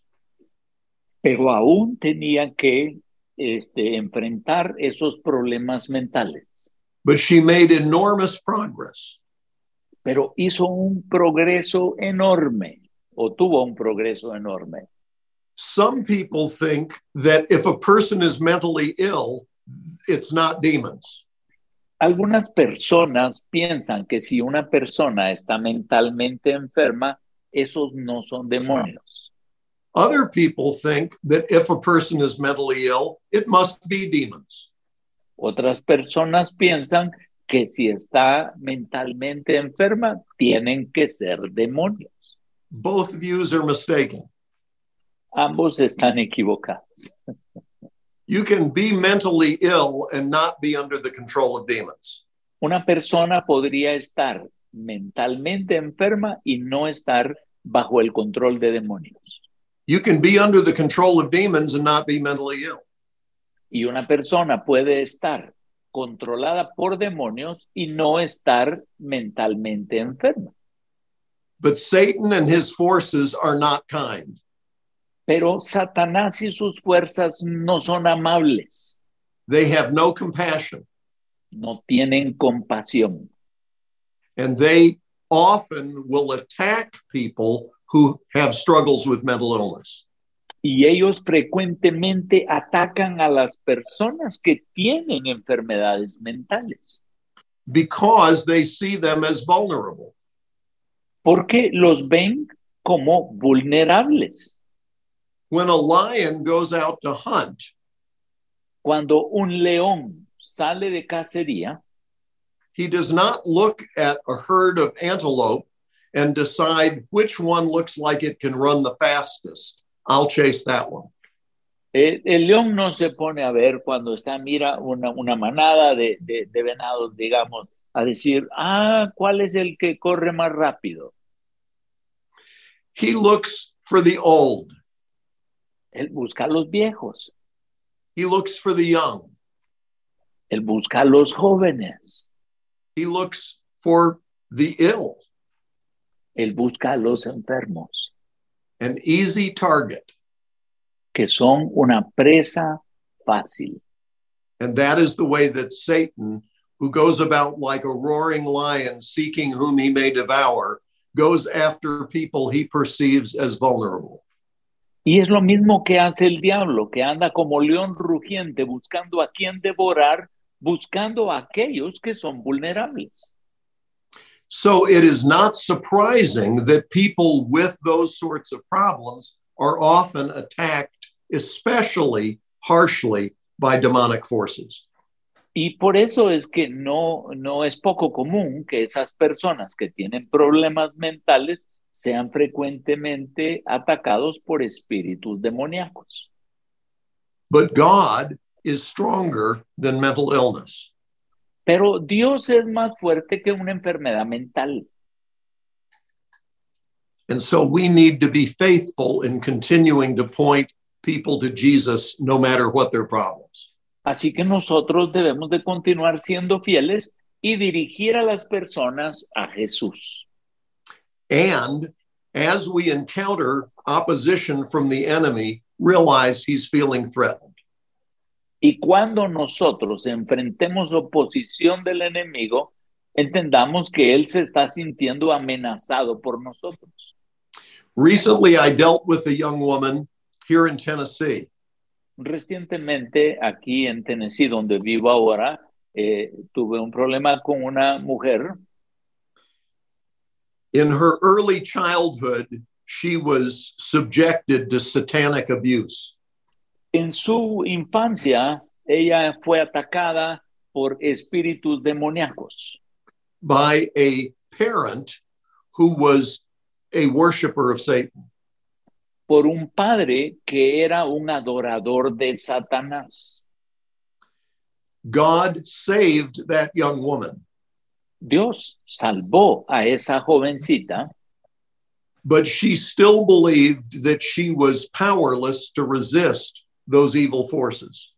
pero aún tenía que este, enfrentar esos problemas mentales.
But she made enormous progress.
Pero hizo un progreso enorme, o tuvo un progreso enorme.
Some people think that if a person is mentally ill, it's not demons.
Algunas personas piensan que si una persona está mentalmente enferma, esos no son demonios.
Other people think that if a person is mentally ill, it must be demons.
Otras personas piensan que si está mentalmente enferma, tienen que ser demonios.
Both views are mistaken.
Ambos están equivocados.
You can be mentally ill and not be under the control of demons.
una persona podría estar mentalmente enferma y no estar bajo el control de demonios.
You can be under the control of demons and not be mentally ill.
Y una persona puede estar controlada por demonios y no estar mentalmente enferma.
But Satan and his forces are not kind.
Pero Satanás y sus fuerzas no son amables,
They have no compassion
no tienen compasión
and they often will attack people who have struggles with mental illness.
y ellos frecuentemente atacan a las personas que tienen enfermedades mentales.
Because they see them as vulnerable.
porque los ven como vulnerables.
When a lion goes out to hunt,
Cuando un león sale de cacería,
he does not look at a herd of antelope and decide which one looks like it can run the fastest. I'll chase that one.
eh, el león no se pone a ver cuando está, mira, una, una manada de, de- de venados, digamos, a decir, ah, ¿cuál es el que corre más rápido?
He looks for the old,
Él busca a los viejos,
he looks for the young,
él busca a los jóvenes,
he looks for the ill,
él busca a los enfermos,
an easy target.
que son una presa fácil.
And that is the way that Satan, who goes about like a roaring lion seeking whom he may devour, goes after people he perceives as vulnerable.
Y es lo mismo que hace el diablo, que anda como león rugiente buscando a quien devorar, buscando a aquellos que son vulnerables.
So it is not surprising that people with those sorts of problems are often attacked, especially harshly, by demonic forces.
Y por eso es que no, no es poco común que esas personas que tienen problemas mentales sean frecuentemente atacados por espíritus demoníacos.
But God is stronger than mental illness.
Pero Dios es más fuerte que una enfermedad mental.
And so we need to be faithful in continuing to point people to Jesus no matter what their problems.
Así que nosotros debemos de continuar siendo fieles y dirigir a las personas a Jesús.
And as we encounter opposition from the enemy, realize he's feeling threatened.
Y cuando nosotros enfrentemos oposición del enemigo, entendamos que él se está sintiendo amenazado por nosotros.
Recently, I dealt with a young woman here in Tennessee.
Recientemente, aquí en Tennessee, donde vivo ahora, eh, tuve un problema con una mujer.
In her early childhood, she was subjected to satanic abuse.
En su infancia, ella fue atacada por espíritus demoníacos
by a parent who was a worshiper of Satan.
por un padre que era un adorador de Satanás.
God saved that young woman,
Dios salvó a esa jovencita,
but she still believed that she was powerless to resist those evil forces.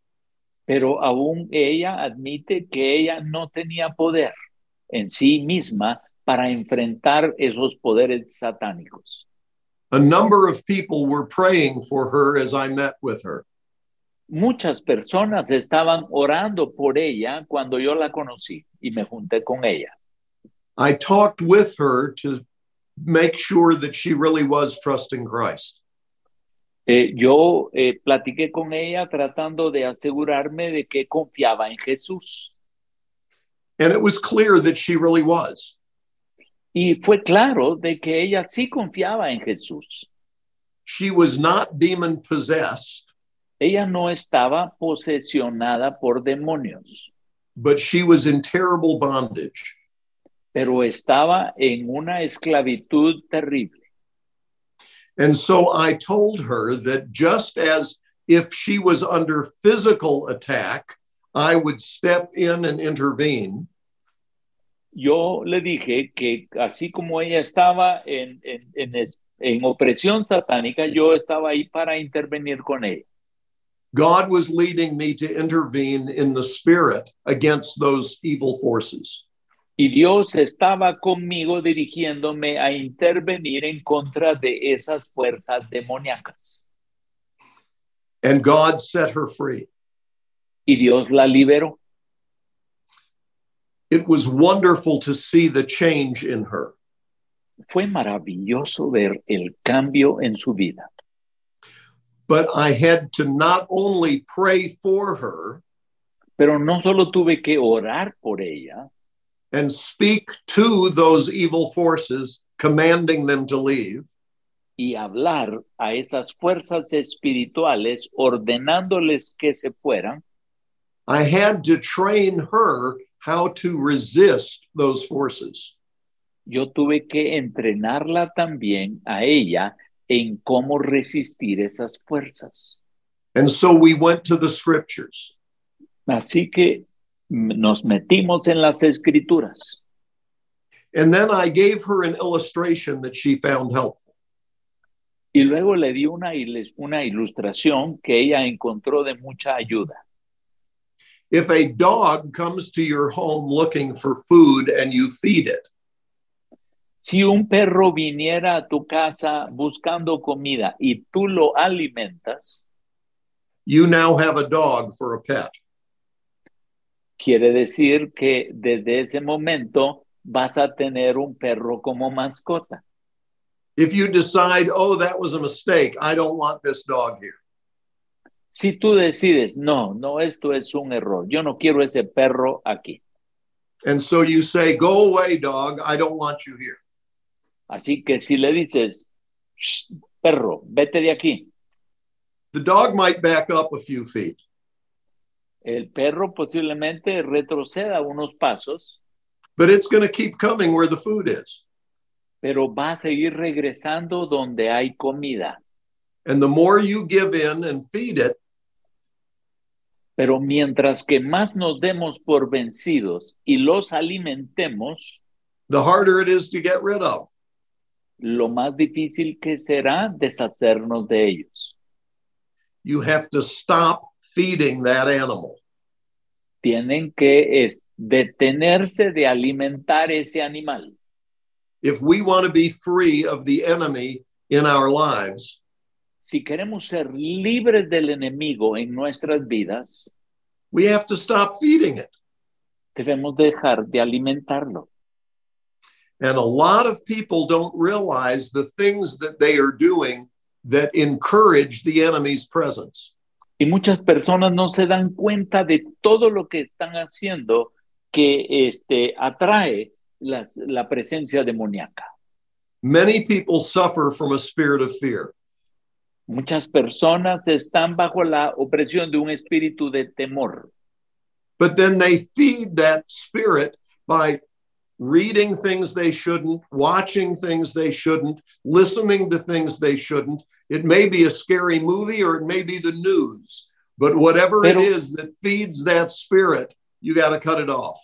pero aún ella admite que ella no tenía poder en sí misma para enfrentar esos poderes satánicos.
A number of people were praying for her as I met with her.
Muchas personas estaban orando por ella cuando yo la conocí y me junté con ella.
I talked with her to make sure that she really was trusting Christ.
Eh, yo eh, platiqué con ella tratando de asegurarme de que confiaba en Jesús.
And it was clear that she really was.
Y fue claro de que ella sí confiaba en Jesús.
She was not demon possessed,
Ella no estaba posesionada por demonios,
but she was in terrible bondage.
pero estaba en una esclavitud terrible.
And so I told her that just as if she was under physical attack, I would step in and intervene.
Yo le dije que así como ella estaba en, en, en es- en opresión satánica, yo estaba ahí para intervenir con ella.
God was leading me to intervene in the spirit against those evil forces.
Y Dios estaba conmigo dirigiéndome a intervenir en contra de esas fuerzas demoníacas.
And God set her free.
Y Dios la liberó.
It was wonderful to see the change in her.
Fue maravilloso ver el cambio en su vida.
But I had to not only pray for her
Pero no solo tuve que orar por ella,
and speak to those evil forces, commanding them to leave,
y hablar a esas fuerzas espirituales ordenándoles que se fueran,
I had to train her how to resist those forces.
yo tuve que entrenarla también a ella en cómo resistir esas fuerzas.
And so we went to the scriptures.
Así que m- nos metimos en las escrituras
And then I gave her an illustration that she found helpful.
y luego le di una, iles- una ilustración que ella encontró de mucha ayuda.
If a dog comes to your home looking for food and you feed it,
Si un perro viniera a tu casa buscando comida y tú lo alimentas,
you now have a dog for a pet.
Quiere decir que desde ese momento vas a tener un perro como mascota.
If you decide, oh, that was a mistake, I don't want this dog here,
Si tú decides, no, no, esto es un error, yo no quiero ese perro aquí.
and so you say, go away, dog, I don't want you here,
Así que si le dices, "Shh, perro, vete de aquí,
the dog might back up a few feet.
el perro posiblemente retroceda unos pasos,
but it's going to keep coming where the food is.
pero va a seguir regresando donde hay comida.
And the more you give in and feed it,
Pero mientras que más nos demos por vencidos y los alimentemos,
the harder it is to get rid of.
lo más difícil que será deshacernos de ellos.
You have to stop feeding that animal.
Tienen que es, detenerse de alimentar ese animal.
If we want to be free of the enemy in our lives,
si queremos ser libres del enemigo en nuestras vidas,
we have to stop feeding it.
debemos dejar de alimentarlo.
And a lot of people don't realize the things that they are doing that encourage the enemy's presence.
Y muchas personas no se dan cuenta de todo lo que están haciendo que este, atrae las- la presencia demoníaca.
Many people suffer from a spirit of fear.
Muchas personas están bajo la opresión de un espíritu de temor,
But then they feed that spirit by reading things they shouldn't, watching things they shouldn't, listening to things they shouldn't. It may be a scary movie or it may be the news, but whatever it
Pero-
is that feeds that spirit, you got to cut it off.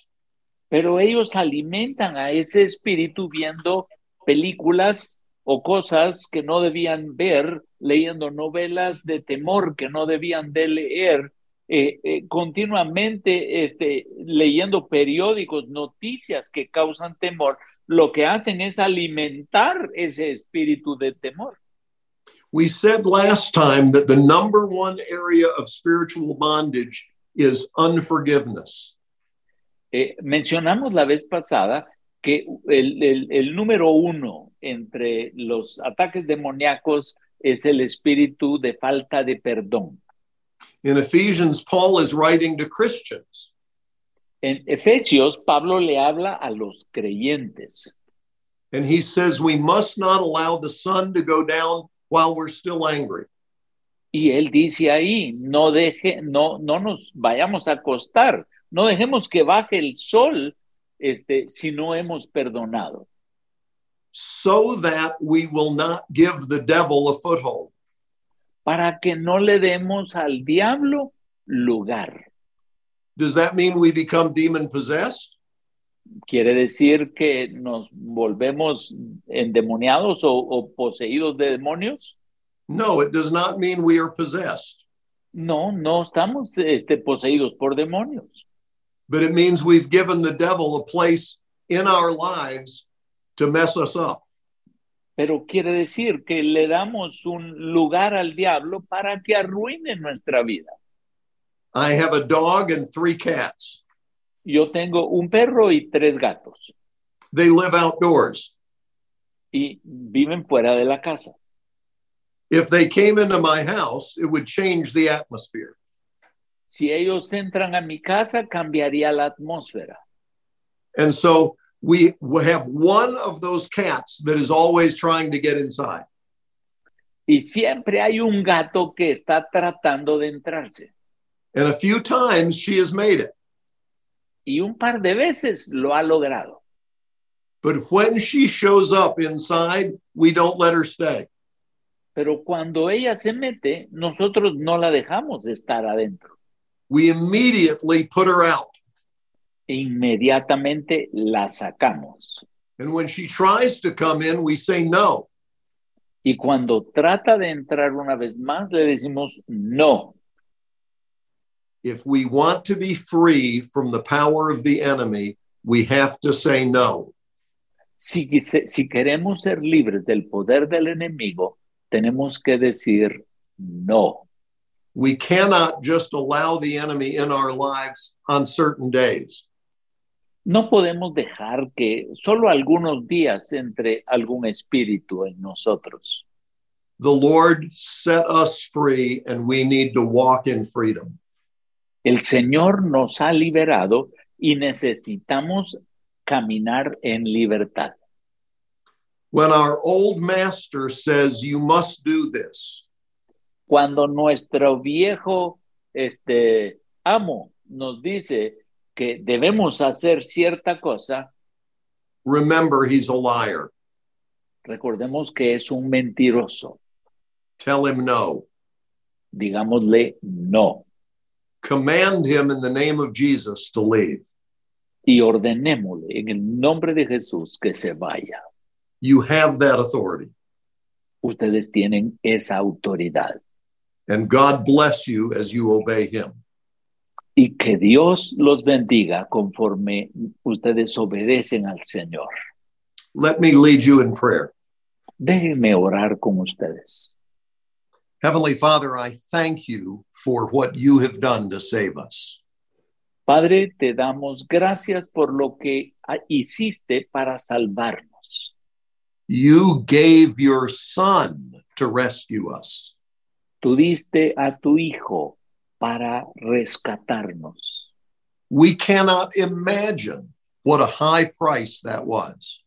pero ellos alimentan a ese espíritu viendo películas o cosas que no debían ver, leyendo novelas de temor que no debían de leer, eh, eh, continuamente este, leyendo periódicos, noticias que causan temor. Lo que hacen es alimentar ese espíritu de temor.
We said last time that the number one area of spiritual bondage is unforgiveness.
Eh, mencionamos la vez pasada que el, el- el número uno entre los ataques demoníacos es el espíritu de falta de perdón.
In Ephesians, Paul is writing to Christians.
En Efesios, Pablo le habla a los creyentes
And he says, We must not allow the sun to go down while we're still angry.
y él dice ahí, no, deje, no, no nos vayamos a acostar, no dejemos que baje el sol este, si no hemos perdonado,
so that we will not give the devil a foothold.
para que no le demos al diablo lugar.
Does that mean we become demon possessed?
quiere decir que nos volvemos endemoniados o, o poseídos de demonios.
No, it does not mean we are possessed,
No, no estamos este, poseídos por demonios,
but it means we've given the devil a place in our lives to mess us up.
pero quiere decir que le damos un lugar al diablo para que arruine nuestra vida.
I have a dog and three cats.
Yo tengo un perro y tres gatos
They live outdoors.
y viven fuera de la casa.
If they came into my house, it would change the atmosphere.
Si ellos entran a mi casa, cambiaría la atmósfera.
And so we have one of those cats that is always trying to get inside.
Y siempre hay un gato que está tratando de entrarse.
And a few times she has made it.
Y un par de veces lo ha logrado.
But when she shows up inside, we don't let her stay.
Pero cuando ella se mete, nosotros no la dejamos estar adentro.
We immediately put her out.
E inmediatamente la sacamos.
And when she tries to come in, we say no.
Y cuando trata de entrar una vez más, le decimos no.
If we want to be free from the power of the enemy, we have to say no.
Si, quise- si queremos ser libres del poder del enemigo, tenemos que decir no.
We cannot just allow the enemy in our lives on certain days.
No podemos dejar que solo algunos días entre algún espíritu en nosotros.
The Lord set us free, and we need to walk in freedom.
El Señor nos ha liberado y necesitamos caminar en libertad.
When our old master says, You must do this,
Cuando nuestro viejo este, amo nos dice que debemos hacer cierta cosa,
remember he's a liar.
recordemos que es un mentiroso.
Tell him no.
Digámosle no
Command him in the name of Jesus to leave.
y ordenémosle en el nombre de Jesús que se vaya.
You have that authority.
Ustedes tienen esa autoridad
And God bless you as you obey him.
y que Dios los bendiga conforme ustedes obedecen al Señor.
Let me lead you in prayer.
Déjenme orar con ustedes.
Heavenly Father, I thank you for what you have done to save us.
Padre, te damos gracias por lo que ha- hiciste para salvarnos.
You gave your Son to rescue us.
Tú diste a tu Hijo para rescatarnos.
We cannot imagine what a high price that was.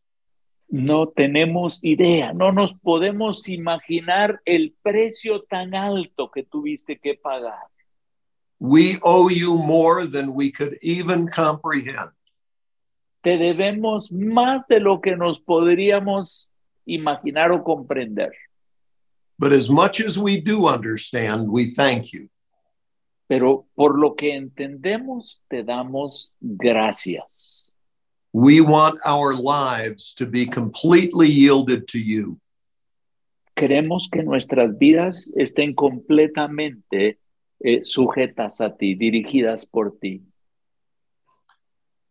No tenemos idea, no nos podemos imaginar el precio tan alto que tuviste que pagar.
We owe you more than we could even comprehend.
Te debemos más de lo que nos podríamos imaginar o comprender.
But as much as we do understand, we thank you.
Pero por lo que entendemos, te damos gracias.
We want our lives to be completely yielded to you.
queremos que nuestras vidas estén completamente eh, sujetas a ti, dirigidas por ti.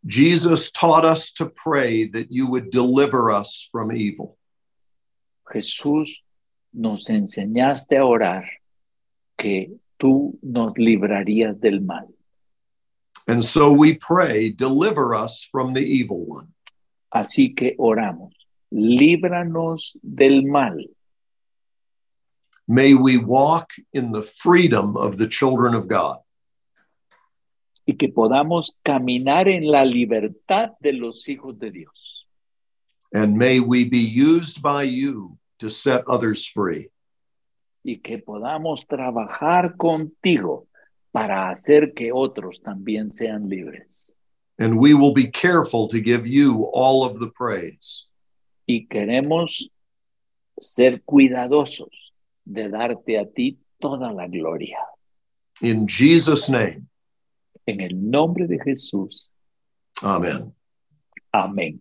Jesus taught us to pray that you would deliver us from evil.
Jesús, nos enseñaste a orar que tú nos librarías del mal.
And so we pray, deliver us from the evil one.
Así que oramos, líbranos del mal.
May we walk in the freedom of the children of God.
y que podamos caminar en la libertad de los hijos de Dios.
And may we be used by you to set others free.
y que podamos trabajar contigo para hacer que otros también sean libres.
And we will be careful to give you all of the praise.
Y queremos ser cuidadosos de darte a ti toda la gloria.
In Jesus' name,
En el nombre de Jesús.
amen.
Amén.